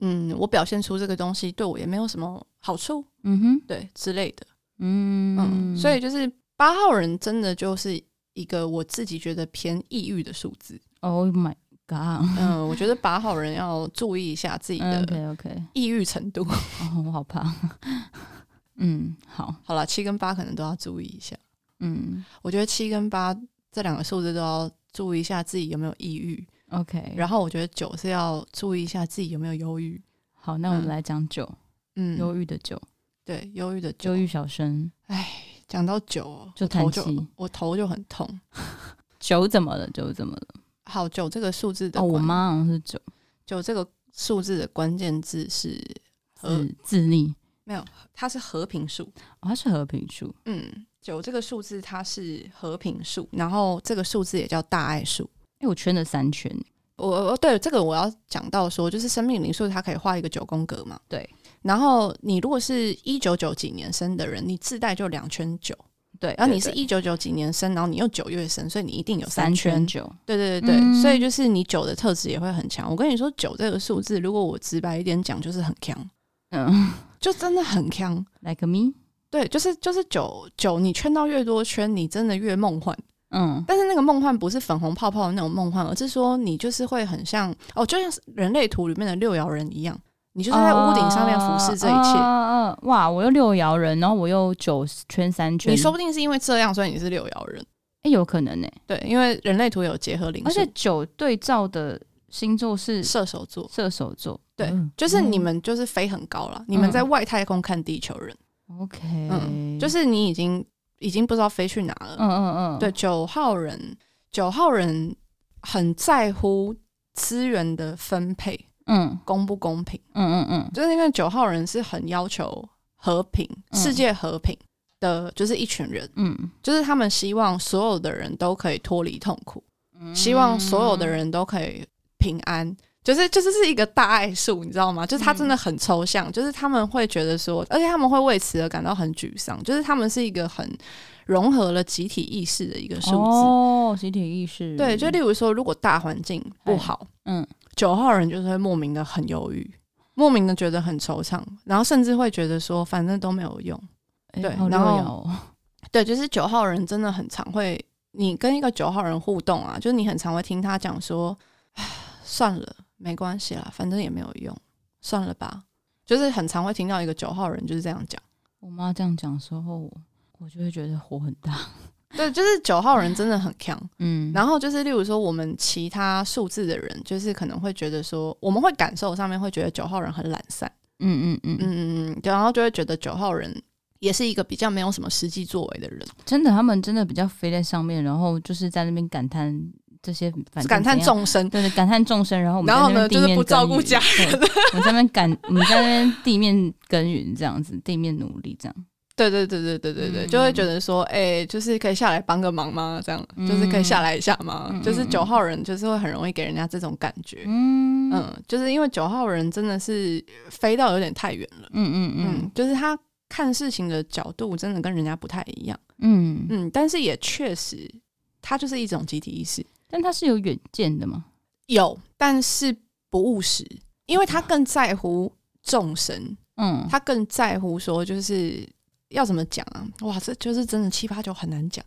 [SPEAKER 3] 嗯，我表现出这个东西对我也没有什么好处，
[SPEAKER 1] 嗯哼
[SPEAKER 3] 对之类的。
[SPEAKER 1] 嗯
[SPEAKER 3] 嗯，所以就是八号人真的就是一个我自己觉得偏抑郁的数字。
[SPEAKER 1] Oh my God，
[SPEAKER 3] 嗯，
[SPEAKER 1] [LAUGHS]
[SPEAKER 3] 我觉得八号人要注意一下自己的
[SPEAKER 1] OK OK，
[SPEAKER 3] 抑郁程度。 [LAUGHS]
[SPEAKER 1] 哦，我好怕。 [LAUGHS] 嗯，好，
[SPEAKER 3] 好了，七跟八可能都要注意一下。
[SPEAKER 1] 嗯
[SPEAKER 3] 我觉得七跟八这两个数字都要注意一下自己有没有抑郁，
[SPEAKER 1] ，OK，
[SPEAKER 3] 然后我觉得九是要注意一下自己有没有忧郁。
[SPEAKER 1] 好，那我们
[SPEAKER 3] 嗯
[SPEAKER 1] 来讲酒，
[SPEAKER 3] 嗯，
[SPEAKER 1] 忧郁的酒，
[SPEAKER 3] 对忧郁的
[SPEAKER 1] 忧
[SPEAKER 3] 九，
[SPEAKER 1] 郁小生，
[SPEAKER 3] 讲到九
[SPEAKER 1] 就
[SPEAKER 3] 我头
[SPEAKER 1] 叹
[SPEAKER 3] 就
[SPEAKER 1] 气
[SPEAKER 3] 我头就很痛。
[SPEAKER 1] 酒怎么了？酒怎么了？
[SPEAKER 3] 好，九这个数字的
[SPEAKER 1] 哦，我
[SPEAKER 3] 关
[SPEAKER 1] 妈好像是酒，
[SPEAKER 3] 九这个数字的关键字是和
[SPEAKER 1] 是自立，
[SPEAKER 3] 没有，它是和平数。
[SPEAKER 1] 哦，它是和平数，
[SPEAKER 3] 嗯，九这个数字它是和平数，然后这个数字也叫大爱数。
[SPEAKER 1] 哎，我圈了三圈，
[SPEAKER 3] 我我哦对这个我要讲到说，就是生命灵数它可以画一个九宫格嘛。
[SPEAKER 1] 对。
[SPEAKER 3] 然后你如果是一九九几年生的人，你自带就两圈九。
[SPEAKER 1] 对，
[SPEAKER 3] 然后
[SPEAKER 1] 对
[SPEAKER 3] 你是
[SPEAKER 1] 对
[SPEAKER 3] 一九九几年生，然后你又九月生，所以你一定有
[SPEAKER 1] 三
[SPEAKER 3] 圈
[SPEAKER 1] 圈。酒，
[SPEAKER 3] 对对对对，
[SPEAKER 1] 嗯
[SPEAKER 3] 所以就是你九的特质也会很强。我跟你说，九这个数字，如果我直白一点讲，就是很强， [LAUGHS]
[SPEAKER 1] 嗯
[SPEAKER 3] 就真的很强。
[SPEAKER 1] ，like me，
[SPEAKER 3] 对，就是就是九九，你圈到越多圈，你真的越梦幻。
[SPEAKER 1] 嗯
[SPEAKER 3] 但是那个梦幻不是粉红泡泡的那种梦幻，而是说你就是会很像哦，就像人类图里面的六爻人一样，你就是在屋顶上面俯视这一切。
[SPEAKER 1] 哦哦哦哇，我又六爻人，然后我又九圈三圈，
[SPEAKER 3] 你说不定是因为这样，所以你是六爻人。
[SPEAKER 1] 哎，有可能呢，
[SPEAKER 3] 对，因为人类图有结合灵
[SPEAKER 1] 而
[SPEAKER 3] 数，
[SPEAKER 1] 且九对照的星座是
[SPEAKER 3] 射手座。
[SPEAKER 1] 射手座，
[SPEAKER 3] 对
[SPEAKER 1] 嗯，
[SPEAKER 3] 就是你们就是飞很高了，你们在外太空看地球人，
[SPEAKER 1] OK，
[SPEAKER 3] 嗯，就是是你已经已经不知道飞去哪了。
[SPEAKER 1] 嗯嗯嗯，
[SPEAKER 3] 对，九号人，九号人很在乎资源的分配
[SPEAKER 1] 嗯
[SPEAKER 3] 公不公平。
[SPEAKER 1] 嗯嗯嗯，
[SPEAKER 3] 就是因为九号人是很要求和平、
[SPEAKER 1] 嗯
[SPEAKER 3] 世界和平的，就是一群人，
[SPEAKER 1] 嗯，
[SPEAKER 3] 就是他们希望所有的人都可以脱离痛苦，
[SPEAKER 1] 嗯
[SPEAKER 3] 希望所有的，人都可以平安。就是就是是一个大爱数，你知道吗？就是他真的很抽象，就是他们会觉得说，而且他们会为此而感到很沮丧，就是他们是一个很融合了集体意识的一个数字。
[SPEAKER 1] 嗯哦，集体意识，
[SPEAKER 3] 对，就例如说，如果大环境不好，
[SPEAKER 1] 嗯
[SPEAKER 3] 九号人就是会莫名的很忧郁，莫名的觉得很惆怅，然后甚至会觉得说反正都没有用。
[SPEAKER 1] 哎
[SPEAKER 3] 对
[SPEAKER 1] 好
[SPEAKER 3] 然
[SPEAKER 1] 六
[SPEAKER 3] 后
[SPEAKER 1] 爻哦
[SPEAKER 3] 对，就是九号人真的很常会，你跟一个九号人互动啊，就是你很常会听他讲说，唉算了，没关系啦，反正也没有用，算了吧。就是很常会听到一个九号人就是这样讲。
[SPEAKER 1] 我妈这样讲的时候，我我就会觉得火很大，
[SPEAKER 3] 对，就是九号人真的很强。
[SPEAKER 1] 嗯，
[SPEAKER 3] 然后就是，例如说，我们其他数字的人，就是可能会觉得说，我们会感受上面会觉得九号人很懒散。
[SPEAKER 1] 嗯嗯嗯，
[SPEAKER 3] 嗯，对然后就会觉得九号人也是一个比较没有什么实际作为的人，
[SPEAKER 1] 真的，他们真的比较飞在上面，然后就是在那边感叹这些，反正
[SPEAKER 3] 感叹
[SPEAKER 1] 怎样。
[SPEAKER 3] 众生。
[SPEAKER 1] 对对，感叹众生，然后我们
[SPEAKER 3] 然后呢
[SPEAKER 1] 在那边地面
[SPEAKER 3] 就是不照顾
[SPEAKER 1] 耕耘
[SPEAKER 3] 家人
[SPEAKER 1] 对 [LAUGHS] 我们在那边感，我们在那边地面耕耘这样子，地面努力这样，
[SPEAKER 3] 对对对对对对对，
[SPEAKER 1] 嗯
[SPEAKER 3] 就会觉得说，哎、就是可以下来帮个忙吗？这样就是可以下来一下吗？
[SPEAKER 1] 嗯
[SPEAKER 3] 就是九号人就是会很容易给人家这种感觉。
[SPEAKER 1] 嗯嗯
[SPEAKER 3] 嗯，就是因为九号人真的是飞到有点太远了，
[SPEAKER 1] 嗯
[SPEAKER 3] 嗯
[SPEAKER 1] 嗯，
[SPEAKER 3] 就是他看事情的角度真的跟人家不太一样，
[SPEAKER 1] 嗯嗯，
[SPEAKER 3] 嗯，但是也确实，他就是一种集体意识，
[SPEAKER 1] 但他是有远见的嘛，
[SPEAKER 3] 有，但是不务实，因为他更在乎众生，
[SPEAKER 1] 嗯，
[SPEAKER 3] 他更在乎说就是要怎么讲啊？哇，这就是真的七八九很难讲，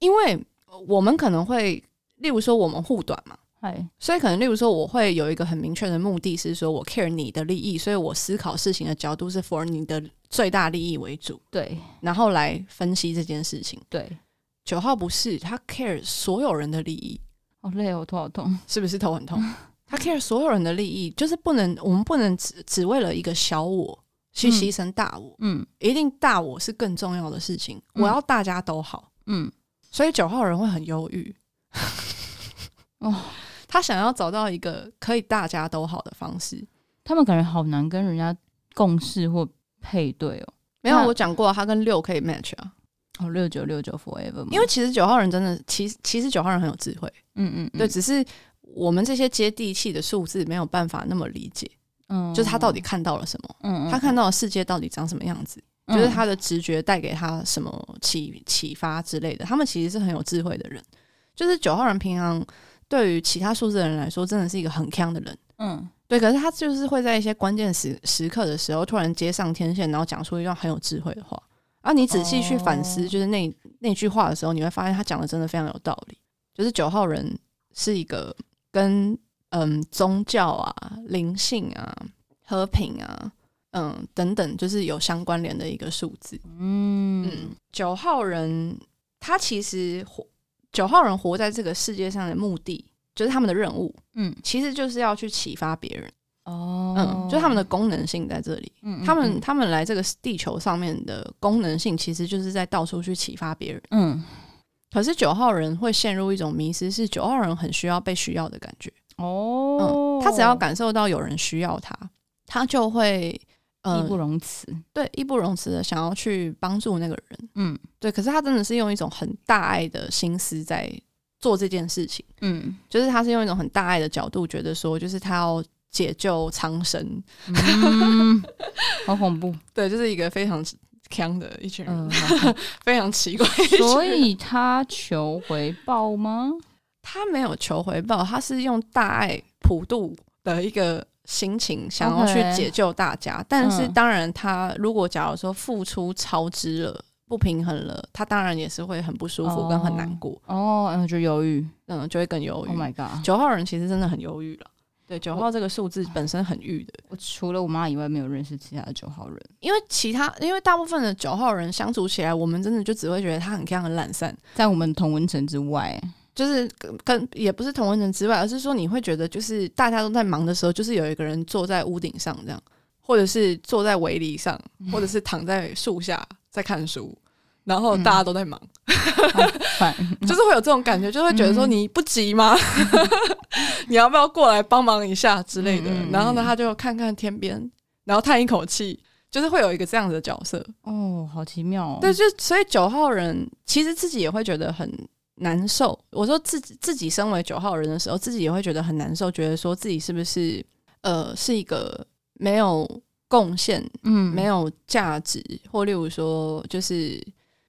[SPEAKER 3] 因为我们可能会，例如说我们护短嘛，
[SPEAKER 1] 嗨，
[SPEAKER 3] 所以可能例如说我会有一个很明确的目的是说我 care 你的利益，所以我思考事情的角度是 for 你的最大利益为主，
[SPEAKER 1] 对
[SPEAKER 3] 然后来分析这件事情。
[SPEAKER 1] 对，
[SPEAKER 3] 九号不是他 care 所有人的利益，
[SPEAKER 1] 好累哦，我头好痛。
[SPEAKER 3] 是不是头很痛？ [LAUGHS] 他 care 所有人的利益，就是不能，我们不能只只为了一个小我去牺牲大我，
[SPEAKER 1] 嗯
[SPEAKER 3] 一定大我是更重要的事情。
[SPEAKER 1] 嗯
[SPEAKER 3] 我要大家都好，
[SPEAKER 1] 嗯，
[SPEAKER 3] 所以九号人会很忧郁。
[SPEAKER 1] 哦，
[SPEAKER 3] [LAUGHS] 他想要找到一个可以大家都好的方式。
[SPEAKER 1] 他们感觉好难跟人家共事或配对哦。
[SPEAKER 3] 没有，
[SPEAKER 1] 那
[SPEAKER 3] 我讲过，啊他跟六可以 match 啊，
[SPEAKER 1] 哦，六九六九 forever，嘛
[SPEAKER 3] 因为其实九号人真的，其实其实九号人很有智慧，
[SPEAKER 1] 嗯嗯，嗯
[SPEAKER 3] 对，，只是我们这些接地气的数字没有办法那么理解，
[SPEAKER 1] 嗯
[SPEAKER 3] 就是他到底，看到了什么，
[SPEAKER 1] 嗯，嗯
[SPEAKER 3] 他看到的世界到底长什么样子，
[SPEAKER 1] 嗯
[SPEAKER 3] 就是他的直觉带给他什么启启发之类的。他们其实是很有智慧的人，就是九号人平常对于其他数字的人来说，真的是一个很强的人。
[SPEAKER 1] 嗯
[SPEAKER 3] 对，可是他就是会在一些关键时时刻的时候，突然接上天线，然后讲出一段很有智慧的话。然后你仔细去反思，
[SPEAKER 1] 哦
[SPEAKER 3] 就是那那句话的时候，你会发现他讲的真的非常有道理。就是九号人是一个跟嗯宗教啊、灵性啊、和平啊、嗯等等，就是有相关联的一个数字。
[SPEAKER 1] 嗯
[SPEAKER 3] 嗯，九号人他其实活九号人活在这个世界上的目的，就是他们的任务，
[SPEAKER 1] 嗯
[SPEAKER 3] 其实就是要去启发别人。
[SPEAKER 1] 哦，
[SPEAKER 3] 嗯，就他们的功能性在这里。
[SPEAKER 1] 嗯，嗯
[SPEAKER 3] 他们他们来这个地球上面的功能性，其实就是在到处去启发别人。
[SPEAKER 1] 嗯
[SPEAKER 3] 可是九号人会陷入一种迷失，是九号人很需要被需要的感觉。
[SPEAKER 1] 哦
[SPEAKER 3] 嗯，，他只要感受到有人需要他，他就会
[SPEAKER 1] 义
[SPEAKER 3] 呃
[SPEAKER 1] 不容辞，
[SPEAKER 3] 对义不容辞的想要去帮助那个人。
[SPEAKER 1] 嗯
[SPEAKER 3] 对，可是他真的是用一种很大爱的心思在做这件事情，
[SPEAKER 1] 嗯，
[SPEAKER 3] 就是他是用一种很大爱的角度，觉得说就是他要解救苍生，
[SPEAKER 1] 嗯 [LAUGHS] 好恐
[SPEAKER 3] [LAUGHS]
[SPEAKER 1] 怖，
[SPEAKER 3] 对，就是一个非常强的一群人，
[SPEAKER 1] 嗯，好恐怖
[SPEAKER 3] 非常奇怪。
[SPEAKER 1] [LAUGHS] 所以他求回报
[SPEAKER 3] [LAUGHS]
[SPEAKER 1] 吗？
[SPEAKER 3] 他没有求回报，他是用大爱普渡的一个心情，想要去
[SPEAKER 1] OK
[SPEAKER 3] 解救大家。但是
[SPEAKER 1] 嗯
[SPEAKER 3] 当然，他如果假如说付出超支了。不平衡了，他当然也是会很不舒服
[SPEAKER 1] 哦
[SPEAKER 3] 跟很难过，
[SPEAKER 1] 哦，嗯，就犹豫
[SPEAKER 3] 嗯，就会更忧
[SPEAKER 1] ，Oh
[SPEAKER 3] 郁。
[SPEAKER 1] my god，
[SPEAKER 3] 九、号人其实真的很忧郁了，对，九号这个数字本身很郁的，
[SPEAKER 1] 我除了我妈以外，没有认识其他的九号人，
[SPEAKER 3] 因为其他因为大部分的九号人相处起来，我们真的就只会觉得他很强很懒散，
[SPEAKER 1] 在我们同文层之外，
[SPEAKER 3] 就是跟跟也不是同温层之外，而是说你会觉得就是大家都在忙的时候，就是有一个人坐在屋顶上这样，或者是坐在围篱上，或者是躺在树下在看书，然
[SPEAKER 1] 嗯
[SPEAKER 3] 后大家都在忙，
[SPEAKER 1] 反
[SPEAKER 3] 就是会有这种感觉，就会觉得说
[SPEAKER 1] 嗯
[SPEAKER 3] 你不急吗？ [LAUGHS] 你要不要过来帮忙一下之类的
[SPEAKER 1] 嗯嗯？嗯
[SPEAKER 3] 然后呢，他就看看天边，然后叹一口气。就是会有一个这样子的角色，
[SPEAKER 1] [LAUGHS] 哦，好奇妙哦，
[SPEAKER 3] 对，就所以九号人其实自己也会觉得很难受。我说自己自己身为九号人的时候，自己也会觉得很难受，觉得说自己是不是呃是一个没有贡献、
[SPEAKER 1] 嗯，
[SPEAKER 3] 没，有价值，或例如说就是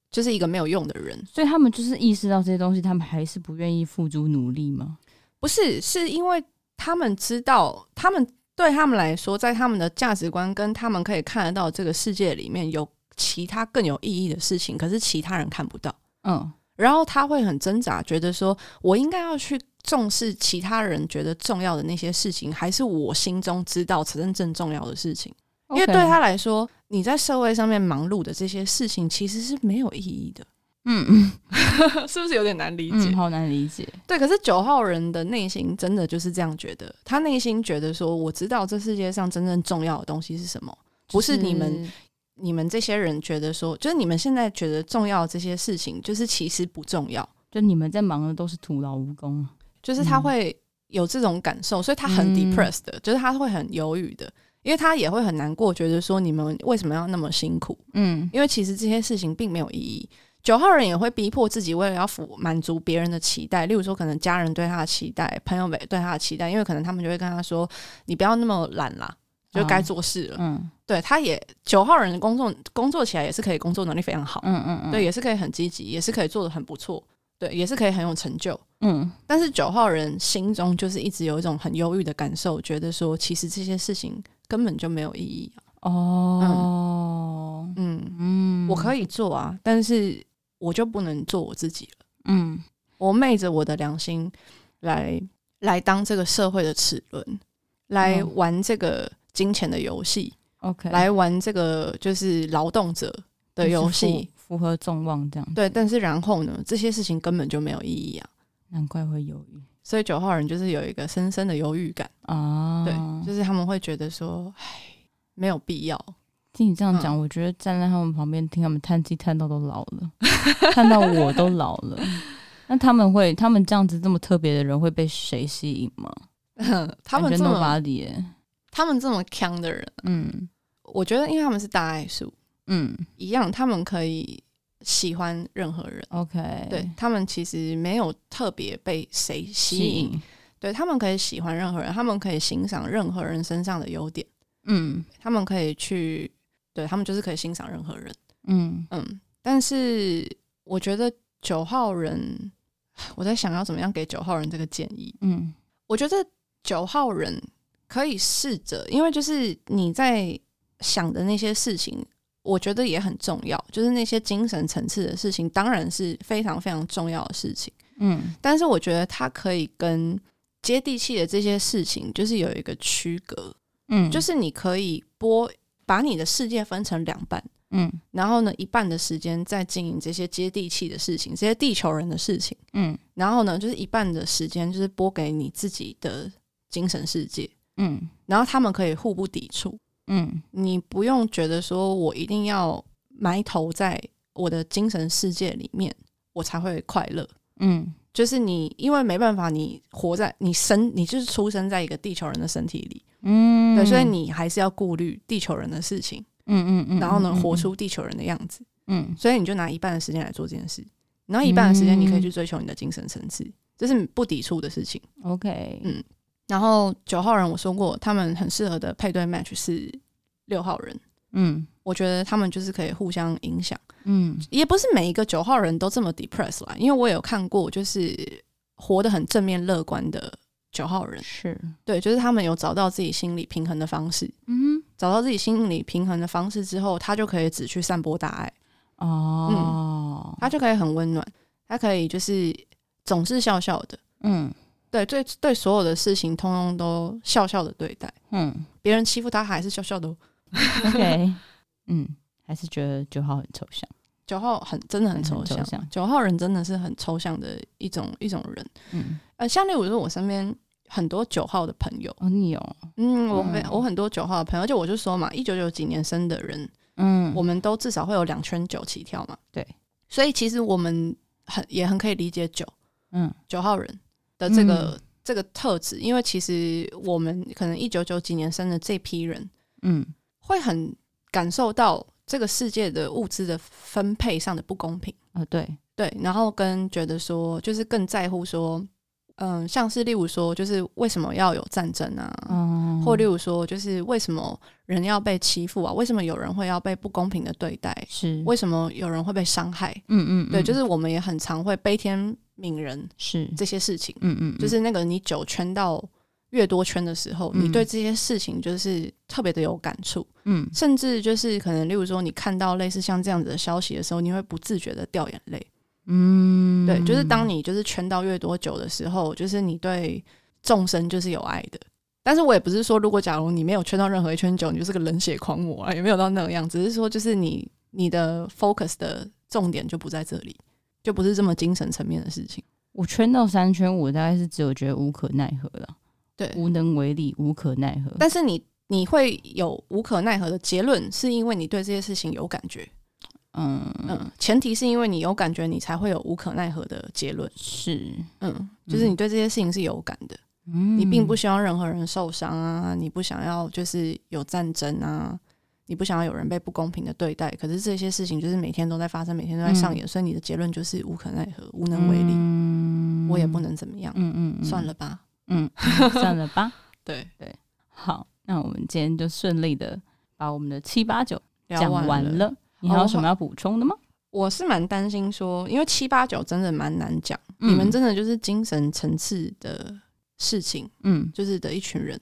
[SPEAKER 3] 就是一个没有用的人。
[SPEAKER 1] 所以他们就是意识到这些东西，他们还是不愿意付诸努力吗？
[SPEAKER 3] 不是，是因为他们知道，他们对他们来说，在他们的价值观跟他们可以看得到这个世界里面有其他更有意义的事情，可是其他人看不到。
[SPEAKER 1] 嗯
[SPEAKER 3] 然后他会很挣扎，觉得说我应该要去重视其他人觉得重要的那些事情，还是我心中知道真正重要的事情？因为
[SPEAKER 1] OK
[SPEAKER 3] 对他来说，你在社会上面忙碌的这些事情其实是没有意义的，
[SPEAKER 1] 嗯嗯
[SPEAKER 3] [LAUGHS] 是不是有点难理
[SPEAKER 1] 嗯，好难理解，
[SPEAKER 3] 对，可是九号人的内心真的就是这样觉得，他内心觉得说，我知道这世界上真正重要的东西是什么，不是你们
[SPEAKER 1] 就是
[SPEAKER 3] 你们这些人觉得说，就是你们现在觉得重要的这些事情，就是其实不重要。
[SPEAKER 1] 就你们在忙的都是徒劳无功。
[SPEAKER 3] 就是他
[SPEAKER 1] 嗯
[SPEAKER 3] 会有这种感受，所以他
[SPEAKER 1] 嗯
[SPEAKER 3] 很 depressed 的，就是他会很忧郁的，因为他也会很难过，觉得说你们为什么要那么辛苦？
[SPEAKER 1] 嗯
[SPEAKER 3] 因为其实这些事情并没有意义。九号人也会逼迫自己，为了要符满足别人的期待，例如说可能家人对他的期待，朋友们对他的期待，因为可能他们就会跟他说：“你不要那么懒啦，就该做事了。
[SPEAKER 1] 嗯
[SPEAKER 3] 对，他也九号人工作工作起来也是可以工作能力非常好，
[SPEAKER 1] 嗯嗯嗯，
[SPEAKER 3] 对，，也是可以很积极，也是可以做的很不错，对，也是可以很有成就。
[SPEAKER 1] 嗯
[SPEAKER 3] 但是九号人心中就是一直有一种很忧郁的感受，觉得说其实这些事情根本就没有意义、啊。
[SPEAKER 1] 哦，
[SPEAKER 3] 嗯，
[SPEAKER 1] 嗯，
[SPEAKER 3] 我可
[SPEAKER 1] 以，
[SPEAKER 3] 以做啊，但是我就不能做我自己了。
[SPEAKER 1] 嗯
[SPEAKER 3] 我昧着我的良心来来当这个社会的齿轮，来
[SPEAKER 1] 嗯
[SPEAKER 3] 玩这个金钱的游戏，
[SPEAKER 1] ，OK，
[SPEAKER 3] 来玩这个就是劳动者的游戏。
[SPEAKER 1] 符合众望这样，
[SPEAKER 3] 对，但是然后呢，这些事情根本就没有意义啊。
[SPEAKER 1] 难怪会犹豫。
[SPEAKER 3] 所以九号人就是有一个深深的忧郁感，
[SPEAKER 1] 啊，
[SPEAKER 3] 对，就是他们会觉得说，唉，没有必要，
[SPEAKER 1] [LAUGHS]
[SPEAKER 3] [LAUGHS]
[SPEAKER 1] 听你这样
[SPEAKER 3] 嗯
[SPEAKER 1] 讲，我觉得站在他们旁边听他们叹气，叹到都老了，叹到我都老
[SPEAKER 3] [LAUGHS]
[SPEAKER 1] 了。那他们会，他们这样子这么特别的人会被谁吸引吗？
[SPEAKER 3] 他们
[SPEAKER 1] 感
[SPEAKER 3] 这
[SPEAKER 1] 觉
[SPEAKER 3] 么
[SPEAKER 1] nobody，耶
[SPEAKER 3] 他们这么强的人，
[SPEAKER 1] 嗯
[SPEAKER 3] 我觉得因为他们是大爱数，
[SPEAKER 1] 嗯
[SPEAKER 3] 一样他们可以喜欢任何人，
[SPEAKER 1] ，OK，
[SPEAKER 3] 对，他们其实没有特别被谁吸
[SPEAKER 1] 吸
[SPEAKER 3] 引，
[SPEAKER 1] 引，
[SPEAKER 3] 对他们可以喜欢任何人，他们可以欣赏任何人身上的优点，
[SPEAKER 1] 嗯
[SPEAKER 3] 他们可以去，对他们就是可以欣赏任何人，
[SPEAKER 1] 嗯
[SPEAKER 3] 嗯，但是我觉得九号人，我在想要怎么样给九号人这个建议，
[SPEAKER 1] 嗯
[SPEAKER 3] 我觉得九号人可以试着，因为就是你在想的那些事情，我觉得也很重要，就是那些精神层次的事情，当然是非常非常重要的事情。
[SPEAKER 1] 嗯
[SPEAKER 3] 但是我觉得它可以跟接地气的这些事情，就是有一个区隔，
[SPEAKER 1] 嗯，
[SPEAKER 3] 就是你可以拨把你的世界分成两半。
[SPEAKER 1] 嗯
[SPEAKER 3] 然后呢，一半的时间在经营这些接地气的事情，这些地球人的事情。
[SPEAKER 1] 嗯
[SPEAKER 3] 然后呢，就是一半的时间就是拨给你自己的精神世界，
[SPEAKER 1] 嗯
[SPEAKER 3] 然后他们可以互不抵触，
[SPEAKER 1] 嗯
[SPEAKER 3] 你不用觉得说我一定要埋头在我的精神世界里面，我才会快乐。
[SPEAKER 1] 嗯
[SPEAKER 3] 就是你，因为没办法，你活在你身，你就是出生在一个地球人的身体里，
[SPEAKER 1] 嗯，
[SPEAKER 3] 对，所以你还是要顾虑地球人的事情，
[SPEAKER 1] 嗯嗯嗯，
[SPEAKER 3] 然后呢，
[SPEAKER 1] 嗯
[SPEAKER 3] 活出地球人的样子。
[SPEAKER 1] 嗯
[SPEAKER 3] 所以你就拿一半的时间来做这件事，然后一半的时间你可以去追求你的精神层次，这是不抵触的事情。
[SPEAKER 1] 嗯 OK，
[SPEAKER 3] 嗯然后九号人我说过，他们很适合的配对 match 是六号人，
[SPEAKER 1] 嗯
[SPEAKER 3] 我觉得他们就是可以互相影响，
[SPEAKER 1] 嗯
[SPEAKER 3] 也不是每一个九号人都这么 depressed 啦，因为我有看过就是活得很正面乐观的九号人，
[SPEAKER 1] 是，
[SPEAKER 3] 对，就是他们有找到自己心理平衡的方式，
[SPEAKER 1] 嗯
[SPEAKER 3] 找到自己心理平衡的方式之后，他就可以只去散播大爱。
[SPEAKER 1] 哦，
[SPEAKER 3] 他就可以很温暖，他可以就是总是笑笑的，
[SPEAKER 1] 嗯
[SPEAKER 3] 对对对，所有的事情通通都笑笑的对待，
[SPEAKER 1] 嗯
[SPEAKER 3] 别人欺负他还是笑笑的哦。
[SPEAKER 1] OK，嗯，还是觉得九号很抽象，
[SPEAKER 3] 九号很真的很
[SPEAKER 1] 嗯很
[SPEAKER 3] 抽象
[SPEAKER 1] 抽象，
[SPEAKER 3] 九号人真的是很抽象的一种一种人。
[SPEAKER 1] 嗯，
[SPEAKER 3] 呃，像例如说，我身边很多九号的朋友，
[SPEAKER 1] 哦，你有，
[SPEAKER 3] 嗯，我非
[SPEAKER 1] 嗯
[SPEAKER 3] 我很多九号的朋友，就我就说嘛，一九九几年生的人，
[SPEAKER 1] 嗯，
[SPEAKER 3] 我们都至少会有两圈九起跳嘛，
[SPEAKER 1] 对，
[SPEAKER 3] 所以其实我们很也很可以理解九，
[SPEAKER 1] 嗯
[SPEAKER 3] 九号人的这个、这个特质，因为其实我们可能一九九几年生的这批人，
[SPEAKER 1] 嗯
[SPEAKER 3] 会很感受到这个世界的物资的分配上的不公平，
[SPEAKER 1] 啊，对，
[SPEAKER 3] 对，然后跟觉得说，就是更在乎说，嗯，像是例如说，就是为什么要有战争啊？
[SPEAKER 1] 嗯，
[SPEAKER 3] 或例如说，就是为什么人要被欺负啊？为什么有人会要被不公平的对待？
[SPEAKER 1] 是，
[SPEAKER 3] 为什么有人会被伤害？
[SPEAKER 1] 嗯嗯嗯，
[SPEAKER 3] 对，就是是我们也很常会悲天悯人
[SPEAKER 1] 是，
[SPEAKER 3] 这些事情。
[SPEAKER 1] 嗯嗯，
[SPEAKER 3] 就是那个你酒圈到越多圈的时候，
[SPEAKER 1] 嗯
[SPEAKER 3] 你对这些事情就是特别的有感触，
[SPEAKER 1] 嗯
[SPEAKER 3] 甚至就是可能，例如说你看到类似像这样子的消息的时候，你会不自觉的掉眼泪。
[SPEAKER 1] 嗯，
[SPEAKER 3] 对，就是当你就是圈到越多酒的时候，就是你对众生就是有爱的。但是我也不是说，如果假如你没有圈到任何一圈酒，你就是个冷血狂魔啊，也没有到那样，只是说就是你你的 focus 的重点就不在这里，就不是这么精神层面的事情。
[SPEAKER 1] 我圈到三圈，我大概是只有觉得无可奈何了，
[SPEAKER 3] 对，
[SPEAKER 1] 无能为力，无可奈何，
[SPEAKER 3] 但是你你会有无可奈何的结论，是因为你对这些事情有感觉。
[SPEAKER 1] 嗯嗯
[SPEAKER 3] 嗯，前提是因为你有感觉，你才会有无可奈何的结论。
[SPEAKER 1] 是，
[SPEAKER 3] 嗯，就是你对这些事情是有感的，
[SPEAKER 1] 嗯，
[SPEAKER 3] 你并不希望任何人受伤啊，你不想要就是有战争啊。你不想要有人被不公平的对待，可是这些事情就是每天都在发生，每天都在上演，所以你的结论就是无可奈何、无能为力，
[SPEAKER 1] 嗯
[SPEAKER 3] 我也不，能怎么样，
[SPEAKER 1] 嗯嗯，嗯
[SPEAKER 3] 算，了吧。 [LAUGHS]
[SPEAKER 1] 嗯，算了吧。
[SPEAKER 3] 对，
[SPEAKER 1] 好，那我们今天就顺利的把我们的七八九
[SPEAKER 3] 聊
[SPEAKER 1] 讲完
[SPEAKER 3] 了。哦
[SPEAKER 1] 了。你还有什么要补充的吗？
[SPEAKER 3] 我是蛮担心说，因为七八九真的蛮难讲，
[SPEAKER 1] 嗯
[SPEAKER 3] 你们真的就是精神层次的事情，
[SPEAKER 1] 嗯
[SPEAKER 3] 就是的一群人。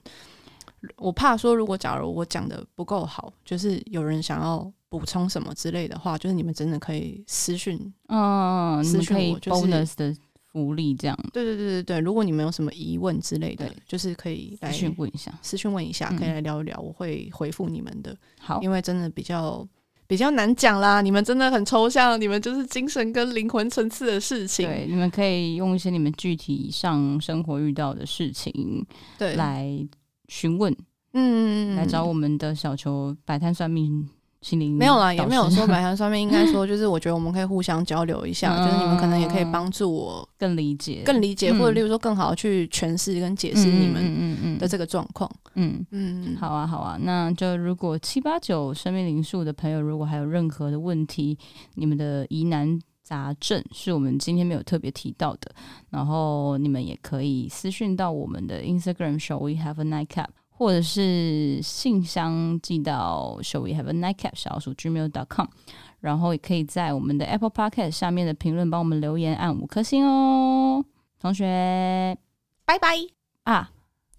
[SPEAKER 3] 我怕说，如果假如我讲的不够好，就是有人想要补充什么之类的话，就是你们真的可以私讯。
[SPEAKER 1] 嗯，你
[SPEAKER 3] 私
[SPEAKER 1] 们
[SPEAKER 3] 讯
[SPEAKER 1] 可以
[SPEAKER 3] 我就是
[SPEAKER 1] bonus 的福利这样
[SPEAKER 3] 对对对对对，如果你们有什么疑问之类的
[SPEAKER 1] 对，
[SPEAKER 3] 就是可以来
[SPEAKER 1] 私讯问一下。
[SPEAKER 3] 私讯问一下，
[SPEAKER 1] 嗯
[SPEAKER 3] 可以来聊一聊，我会回复你们的，
[SPEAKER 1] 好，
[SPEAKER 3] 因为真的比较比较难讲啦。你们真的很抽象，你们就是精神跟灵魂层次的事情。
[SPEAKER 1] 对，你们可以用一些你们具体上生活遇到的事情
[SPEAKER 3] 对，
[SPEAKER 1] 来询问，
[SPEAKER 3] 嗯，
[SPEAKER 1] 来找我们的小球摆摊算命心灵
[SPEAKER 3] 没有
[SPEAKER 1] 啦，
[SPEAKER 3] 啦，也没有
[SPEAKER 1] [LAUGHS]
[SPEAKER 3] 说白谈算命，应该说就是我觉得我们可以互相交流一下，
[SPEAKER 1] 嗯
[SPEAKER 3] 就是你们可能也可以帮助我
[SPEAKER 1] 更理解，
[SPEAKER 3] 更理解，
[SPEAKER 1] 嗯
[SPEAKER 3] 或者例如说更好地去诠释跟解
[SPEAKER 1] 嗯
[SPEAKER 3] 释你们
[SPEAKER 1] 嗯嗯嗯
[SPEAKER 3] 的这个状况。
[SPEAKER 1] 嗯。嗯
[SPEAKER 3] 嗯，
[SPEAKER 1] 好啊，好啊，那就如果七八九生命灵数的朋友，如果还有任何的问题，你们的疑难杂症是我们今天没有特别提到的，然后你们也可以私讯到我们的 Instagram Shall We Have a Nightcap，或者是信箱寄到 Shall We Have a Nightcap 小老鼠 gmail.com，然后也可以在我们的 Apple Podcast 下面的评论帮我们留言，按五颗星哦，同学
[SPEAKER 3] 拜拜。
[SPEAKER 1] 啊。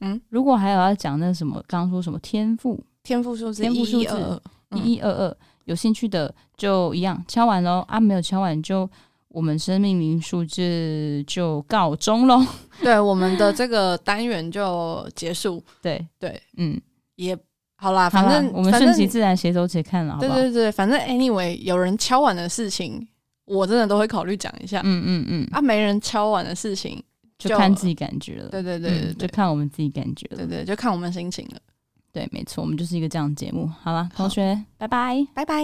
[SPEAKER 3] 嗯，
[SPEAKER 1] 如果还有要讲那什么，刚刚说什么天赋，
[SPEAKER 3] 天赋数字
[SPEAKER 1] 天赋数字
[SPEAKER 3] 122嗯
[SPEAKER 1] 一一二二，有兴趣的就一样敲完喽啊，没有敲完就我们生命灵数字就告终喽。
[SPEAKER 3] 对，我们的这个单元就结束，
[SPEAKER 1] [LAUGHS] 对
[SPEAKER 3] 对，
[SPEAKER 1] 嗯，
[SPEAKER 3] 也好啦，
[SPEAKER 1] 好
[SPEAKER 3] 反
[SPEAKER 1] 啦
[SPEAKER 3] 正
[SPEAKER 1] 我们
[SPEAKER 3] 反
[SPEAKER 1] 顺
[SPEAKER 3] 正
[SPEAKER 1] 其自然，携手且看了，好不
[SPEAKER 3] 对
[SPEAKER 1] 好？
[SPEAKER 3] 对对，反正 anyway 有人敲碗的事情，我真的都会考虑讲一下、
[SPEAKER 1] 嗯嗯嗯，
[SPEAKER 3] 啊。没人敲碗的事情，
[SPEAKER 1] 就
[SPEAKER 3] 就
[SPEAKER 1] 看自己感觉了。
[SPEAKER 3] 对对对
[SPEAKER 1] 嗯
[SPEAKER 3] 对
[SPEAKER 1] 就
[SPEAKER 3] 对、
[SPEAKER 1] 看我们自己感觉了
[SPEAKER 3] 对。对，就看我们心情了。
[SPEAKER 1] 对，没错，我们就是一个这样的节目。好啦，同
[SPEAKER 3] 好
[SPEAKER 1] 学，拜拜。
[SPEAKER 3] 拜拜。